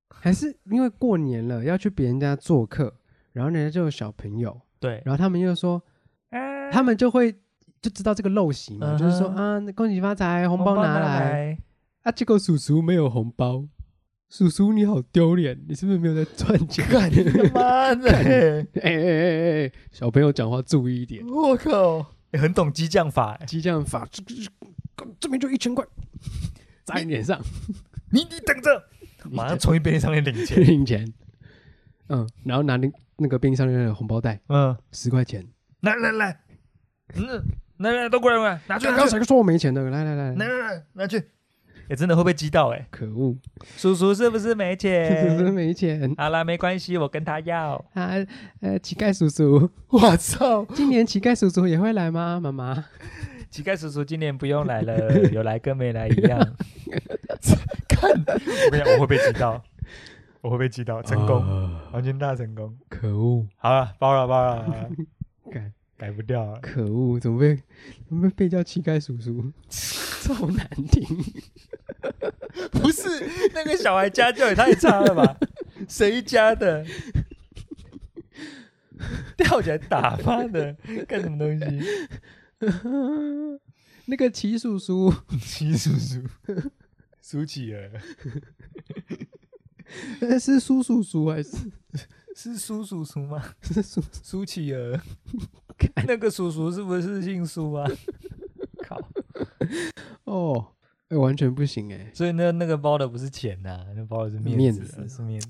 Speaker 3: 还是因为过年了要去别人家做客，然后人家就有小朋友，
Speaker 2: 对，
Speaker 3: 然后他们又说，他们就会就知道这个陋习嘛，
Speaker 2: 嗯哼
Speaker 3: 就是说啊，那恭喜发财，红包拿来
Speaker 2: 来，
Speaker 3: 啊，结果叔叔没有红包，叔叔你好丢脸，你是不是没有在赚钱？
Speaker 2: 他妈的，
Speaker 3: <laughs> 哎哎哎哎哎，小朋友讲话注意一点，
Speaker 2: <laughs> 我靠，欸很懂激将法欸，
Speaker 3: 激将法，这这这这边就一千块，砸你
Speaker 2: <laughs>
Speaker 3: 脸上，
Speaker 2: <laughs> 你你等着，马上从一便利商店领 <laughs> 钱。
Speaker 3: 零钱，嗯，然后拿那那个便利商店的红包袋
Speaker 2: 嗯，
Speaker 3: 十块钱，
Speaker 2: 来来来，嗯，来来都过来过来，拿去拿
Speaker 3: 刚
Speaker 2: 去，
Speaker 3: 才说我没钱的，来来来
Speaker 2: 啊来，来来拿去。哎，真的会被激到哎，
Speaker 3: 可恶，
Speaker 2: 叔叔是不是没
Speaker 3: 真 <laughs> 是
Speaker 2: <laughs> 钱？
Speaker 3: 没钱
Speaker 2: 好啦，没关系，我跟他要。
Speaker 3: 啊，呃，乞丐叔叔，
Speaker 2: <laughs> 我操！
Speaker 3: 今年乞丐叔叔也会来吗？妈妈，
Speaker 2: 乞丐叔叔今年不用来了， <laughs> 有来跟没来一样。 <laughs> 看，我跟你讲，我会被击到，我会被击到，成功，
Speaker 3: 啊
Speaker 2: 完全大成功。
Speaker 3: 可恶，
Speaker 2: 好了，包了包了，好了 <laughs>
Speaker 3: 干。
Speaker 2: 改不掉了。
Speaker 3: 可恶，怎么被怎么被叫乞丐叔叔， <laughs> 超难听。 <laughs>
Speaker 2: 不是那个小孩家教也太差了 <laughs> 吧？谁家的？吊起来打妈的，干什么东西？ <laughs>
Speaker 3: 那个齐叔叔， <laughs>
Speaker 2: 齐叔 <laughs> 叔，苏乞儿
Speaker 3: 呃是苏叔叔还是
Speaker 2: 是苏叔叔吗？
Speaker 3: 是叔？
Speaker 2: 苏乞儿， <laughs> 那个叔叔是不是姓苏
Speaker 3: <laughs>
Speaker 2: 啊？靠！
Speaker 3: 哦，哎、完全不行哎、
Speaker 2: 所以那那个包的不是钱呐、那包的是面
Speaker 3: 面
Speaker 2: 子啊，
Speaker 3: 子
Speaker 2: 是面子。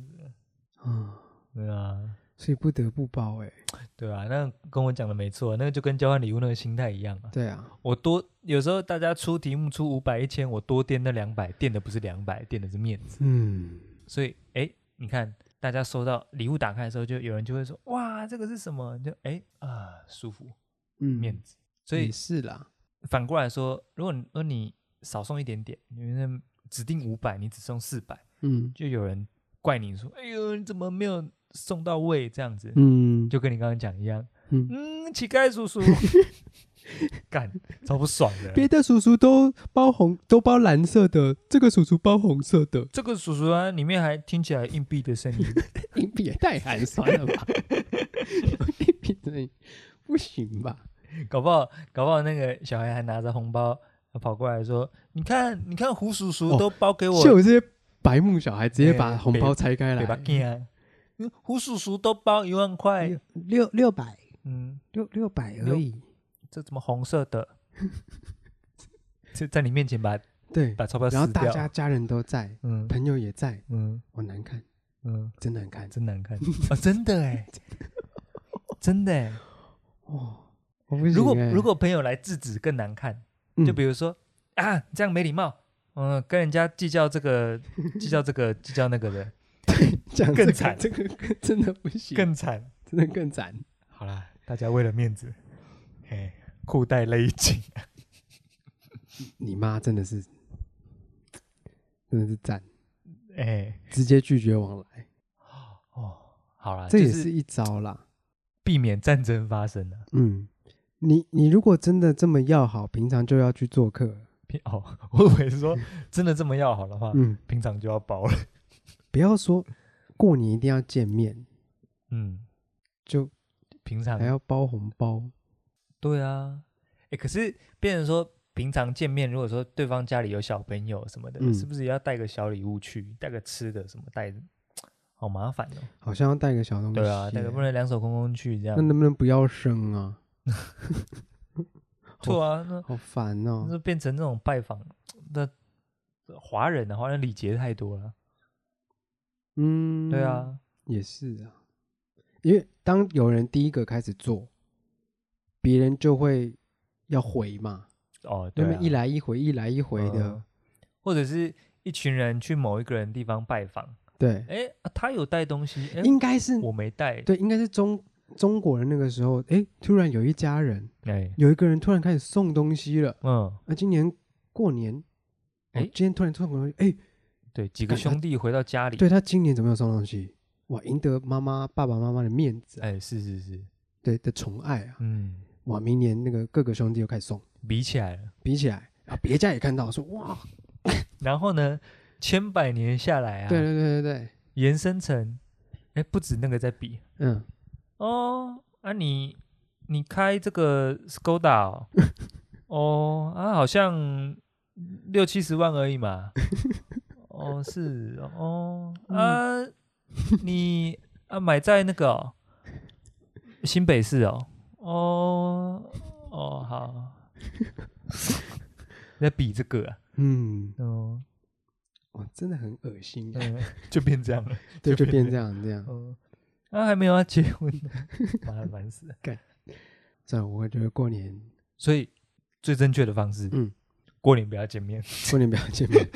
Speaker 3: 啊，
Speaker 2: 对啊，
Speaker 3: 所以不得不包哎、
Speaker 2: 对啊，那跟我讲的没错，那个就跟交换礼物那个心态一样啊。
Speaker 3: 对啊，
Speaker 2: 我多有时候大家出题目出五百一千，我多垫那两百，垫的不是两百，垫的是面子。
Speaker 3: 嗯，
Speaker 2: 所以哎，你看大家收到礼物打开的时候，就有人就会说哇，这个是什么？你就哎啊舒服
Speaker 3: 嗯
Speaker 2: 面子。所以
Speaker 3: 也是啦，
Speaker 2: 反过来说，如果你如果你少送一点点，你那指定五百，你只送四百，
Speaker 3: 嗯
Speaker 2: 就有人怪你说：“哎呦，你怎么没有送到位？”这样子，
Speaker 3: 嗯，
Speaker 2: 就跟你刚刚讲一样，
Speaker 3: 嗯，
Speaker 2: 嗯，乞丐叔
Speaker 3: <laughs>
Speaker 2: 叔干超不爽
Speaker 3: 别
Speaker 2: 的。
Speaker 3: 的叔叔都包红，都包蓝色的，这个叔叔包红色 <laughs> 的，
Speaker 2: 这个叔叔啊，里面还听起来硬币的声
Speaker 3: <laughs>
Speaker 2: 音，
Speaker 3: 硬币也太寒酸了吧？硬币真的不行吧？
Speaker 2: 搞不好搞不好那个小孩还拿着红包跑过来说：“你看，你看胡叔叔
Speaker 3: 哦
Speaker 2: 都包给我，
Speaker 3: 就有这些白目小孩直接把
Speaker 2: 哎
Speaker 3: 红包拆开
Speaker 2: 对吧
Speaker 3: 来？，哎
Speaker 2: 干 <laughs> 嗯胡叔叔都包一万块
Speaker 3: 六，六六百
Speaker 2: 嗯，
Speaker 3: 六六百
Speaker 2: 六
Speaker 3: 而已。
Speaker 2: 这怎么红色
Speaker 3: <laughs>
Speaker 2: 的？”就在你面前把
Speaker 3: 对，
Speaker 2: 把钞票撕
Speaker 3: 然
Speaker 2: 掉，
Speaker 3: 后大家家人都在，
Speaker 2: 嗯
Speaker 3: 朋友也在，
Speaker 2: 嗯
Speaker 3: 好难看，
Speaker 2: 嗯，
Speaker 3: 真难看。
Speaker 2: 真难
Speaker 3: <laughs>
Speaker 2: 看啊！真的哎，真的哎。
Speaker 3: 哦，我不行欸嗯
Speaker 2: 如果如果朋友来制止更难看，就比如说啊，这样没礼貌，嗯，跟人家计较这
Speaker 3: <laughs>
Speaker 2: 个、计较这个、计较那个的，
Speaker 3: 讲
Speaker 2: 更惨
Speaker 3: 这个更真的不行，
Speaker 2: 更惨。
Speaker 3: 真的更惨。
Speaker 2: 好啦，大家为了面子，嘿，裤带勒紧。
Speaker 3: 你妈真的是，真的是赞，
Speaker 2: 哎，
Speaker 3: 直接拒绝往来，
Speaker 2: 哦，好啦，
Speaker 3: 这也
Speaker 2: 就是
Speaker 3: 一招啦。
Speaker 2: 避免战争发生啊。
Speaker 3: 嗯，你你如果真的这么要好，平常就要去做客。
Speaker 2: 平哦， <laughs> 我以为是
Speaker 3: <laughs>
Speaker 2: 说真的这么要好的话，
Speaker 3: 嗯，
Speaker 2: 平常就要包了。
Speaker 3: 不要说过年一定要见面，
Speaker 2: 嗯，
Speaker 3: 就
Speaker 2: 平常
Speaker 3: 哎还要包红包。
Speaker 2: 对啊，哎、可是变成说平常见面，如果说对方家里有小朋友什么的，
Speaker 3: 嗯
Speaker 2: 是不是也要带个小礼物去，带个吃的什么带？好麻烦哦。
Speaker 3: 好像要带个小东西。
Speaker 2: 对啊，带个不能两手空空去这样
Speaker 3: 那。能不能不要生啊？
Speaker 2: 对啊，那
Speaker 3: 好烦哦、
Speaker 2: 那变成那种拜访那华人的、啊、华人礼节太多了。
Speaker 3: 嗯，
Speaker 2: 对，啊，
Speaker 3: 也是啊，因为当有人第一个开始做，别人就会要回嘛，
Speaker 2: 哦，
Speaker 3: 那
Speaker 2: 对
Speaker 3: 么
Speaker 2: 啊、
Speaker 3: 一来一回，一来一回的，
Speaker 2: 嗯或者是一群人去某一个人地方拜访，
Speaker 3: 对，
Speaker 2: 哎、啊他有带东西，哎、
Speaker 3: 应该是
Speaker 2: 我没带，
Speaker 3: 对，应该是中中国人那个时候，诶，突然有一家人，
Speaker 2: 哎、
Speaker 3: 有一个人突然开始送东西了。
Speaker 2: 嗯，
Speaker 3: 那、今年过年，哎、
Speaker 2: 诶
Speaker 3: 今天突然送东西，诶，
Speaker 2: 对，几个
Speaker 3: 干他
Speaker 2: 兄弟回到家里，
Speaker 3: 对他今年怎么有送东西？哇，赢得妈妈、爸爸妈妈的面子啊、
Speaker 2: 哎、是是是，
Speaker 3: 对的宠爱啊！
Speaker 2: 嗯，
Speaker 3: 哇，明年那个各个兄弟又开始送，
Speaker 2: 比起来了。
Speaker 3: 比起来啊，别家也看到说哇，
Speaker 2: 然后呢，千百年下来啊，
Speaker 3: 对对对对对，
Speaker 2: 延伸成，哎、不止那个在比
Speaker 3: 嗯，
Speaker 2: 哦，啊你你开这个 Skoda 哦， <laughs> 哦啊好像六七十万而已嘛，哦是哦啊、你啊买在那个哦、新北市哦，哦哦好，在比这个、啊，
Speaker 3: 嗯，
Speaker 2: 哦
Speaker 3: 哇，真的很恶心， <laughs>
Speaker 2: 嗯就变这样了。
Speaker 3: 对，
Speaker 2: 就
Speaker 3: 就
Speaker 2: 变
Speaker 3: 变这哦样这样。
Speaker 2: 嗯，啊，还没有要结婚 <laughs> 呢，妈的烦死了。
Speaker 3: 算了，我觉得过年
Speaker 2: 所以最正确的方式，
Speaker 3: 嗯，
Speaker 2: 过年不要见
Speaker 3: <laughs>
Speaker 2: 面，
Speaker 3: 过年不要
Speaker 2: <laughs>
Speaker 3: 见面，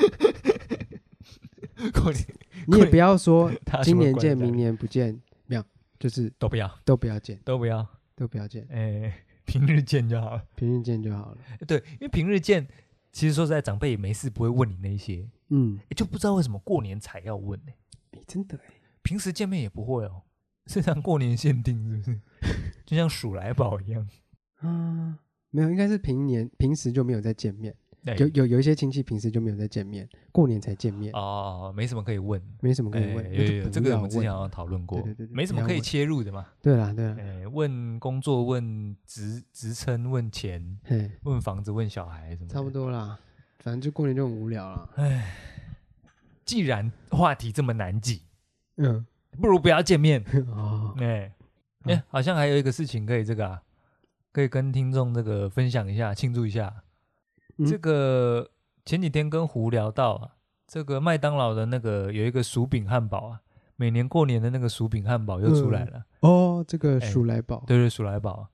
Speaker 2: 过年
Speaker 3: 你也不要说
Speaker 2: 大家全
Speaker 3: 今
Speaker 2: 部
Speaker 3: 年
Speaker 2: 关
Speaker 3: 见，
Speaker 2: 在
Speaker 3: 明
Speaker 2: 家里
Speaker 3: 年不见，没有，就是
Speaker 2: <laughs> 都不要，
Speaker 3: 都不要见，
Speaker 2: 都不要，
Speaker 3: 都不要见，
Speaker 2: 哎，平日见就好了。
Speaker 3: 平日见就好了。
Speaker 2: 对，因为平日见，其实说实在，长辈也没事不会问你那一些，
Speaker 3: 嗯，
Speaker 2: 哎就不知道为什么过年才要问呢、
Speaker 3: 诶真的哎，
Speaker 2: 平时见面也不会哦，是像过年限定是不 <laughs> 是？就像鼠来宝一样，
Speaker 3: 啊，没有，应该是平年平时就没有再见面，
Speaker 2: 哎
Speaker 3: 有有有一些亲戚平时就没有再见面，过年才见面，
Speaker 2: 哦，没什么可以问。
Speaker 3: 没什么可以
Speaker 2: 哎
Speaker 3: 问，
Speaker 2: 有
Speaker 3: 那就
Speaker 2: 有有
Speaker 3: 不
Speaker 2: 这个
Speaker 3: 要
Speaker 2: 我们之前好像
Speaker 3: 问
Speaker 2: 讨论过，
Speaker 3: 对对对
Speaker 2: 没什么
Speaker 3: 不要
Speaker 2: 可以
Speaker 3: 问嗯
Speaker 2: 切入的嘛。
Speaker 3: 对啦对啦，
Speaker 2: 哎，问工作、问职职称、问钱、
Speaker 3: 嘿，
Speaker 2: 问房子、问小孩什么，
Speaker 3: 差不。多啦，反正就过年就很无聊啦。
Speaker 2: 既然话题这么难记，
Speaker 3: 嗯，
Speaker 2: 不如不要见面。
Speaker 3: <laughs> 哦，
Speaker 2: 哎，
Speaker 3: 嗯
Speaker 2: 哎，好像还有一个事情可以这个啊，可以跟听众这个分享一下，庆祝一下。
Speaker 3: 嗯
Speaker 2: 这个前几天跟胡聊到啊，这个麦当劳的那个有一个薯饼汉堡啊，每年过年的那个薯饼汉堡又出来了。
Speaker 3: 哦，这个
Speaker 2: 哎
Speaker 3: 鼠来宝，
Speaker 2: 对对，鼠来宝，啊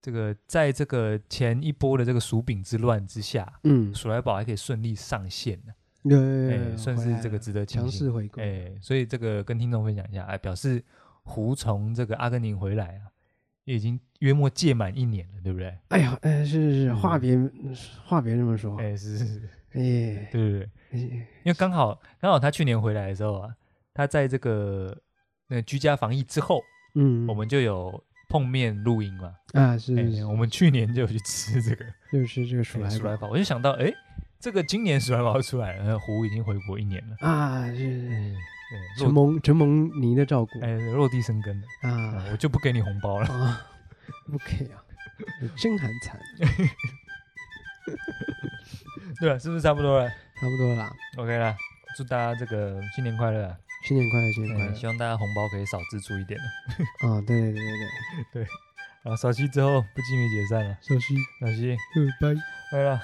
Speaker 2: 这个在这个前一波的这个薯饼之乱之下，
Speaker 3: 嗯，
Speaker 2: 鼠来宝还可以顺利上线呢、
Speaker 3: 有
Speaker 2: 哎、
Speaker 3: 有有有
Speaker 2: 算
Speaker 3: 嗯回
Speaker 2: 是
Speaker 3: 来
Speaker 2: 这个
Speaker 3: 了
Speaker 2: 值得庆
Speaker 3: 强
Speaker 2: 幸。
Speaker 3: 势回归，
Speaker 2: 哎、所以这个跟听众分享一下，哎，表示胡从这个阿根廷回来啊，也已经约莫届满一年了，对不
Speaker 3: <laughs>
Speaker 2: 对？
Speaker 3: 哎呀，哎，是是是，
Speaker 2: 嗯
Speaker 3: 话别话别这么说，
Speaker 2: 哎、是是是，
Speaker 3: 哎，
Speaker 2: 对对对，
Speaker 3: 哎
Speaker 2: 因为刚好刚好他去年回来的时候啊，他在这个那居家防疫之后，
Speaker 3: 嗯，
Speaker 2: 我们就有碰面录音嘛，
Speaker 3: 啊是
Speaker 2: 哎、
Speaker 3: 是是
Speaker 2: 我们去年就有去吃这个
Speaker 3: 就是这个鼠
Speaker 2: 哎
Speaker 3: 来
Speaker 2: 鼠来
Speaker 3: 宝
Speaker 2: 宝，我就想到，哎、这个今年鼠来宝又出来了，那胡已经回国一年了，
Speaker 3: 啊，是是是
Speaker 2: 嗯，对，
Speaker 3: 承
Speaker 2: 落
Speaker 3: 蒙承蒙您的照顾
Speaker 2: 哎落地生根了。啊
Speaker 3: 啊，
Speaker 2: 我就不给你红包了。
Speaker 3: 啊，OK 啊，你真寒惨，
Speaker 2: 对，是不是差不多了
Speaker 3: 差不多啦，
Speaker 2: ？OK 啦，祝大家这个新年快乐啊！
Speaker 3: 新年快乐，新年快
Speaker 2: 嗯，
Speaker 3: 乐
Speaker 2: 希望大家红包可以少支出一点哎
Speaker 3: 啊，对对对对对，
Speaker 2: 啊，扫息之后不寂寞解散了，
Speaker 3: 小溪，
Speaker 2: 扫息，
Speaker 3: 嗯，拜。
Speaker 2: 拜了。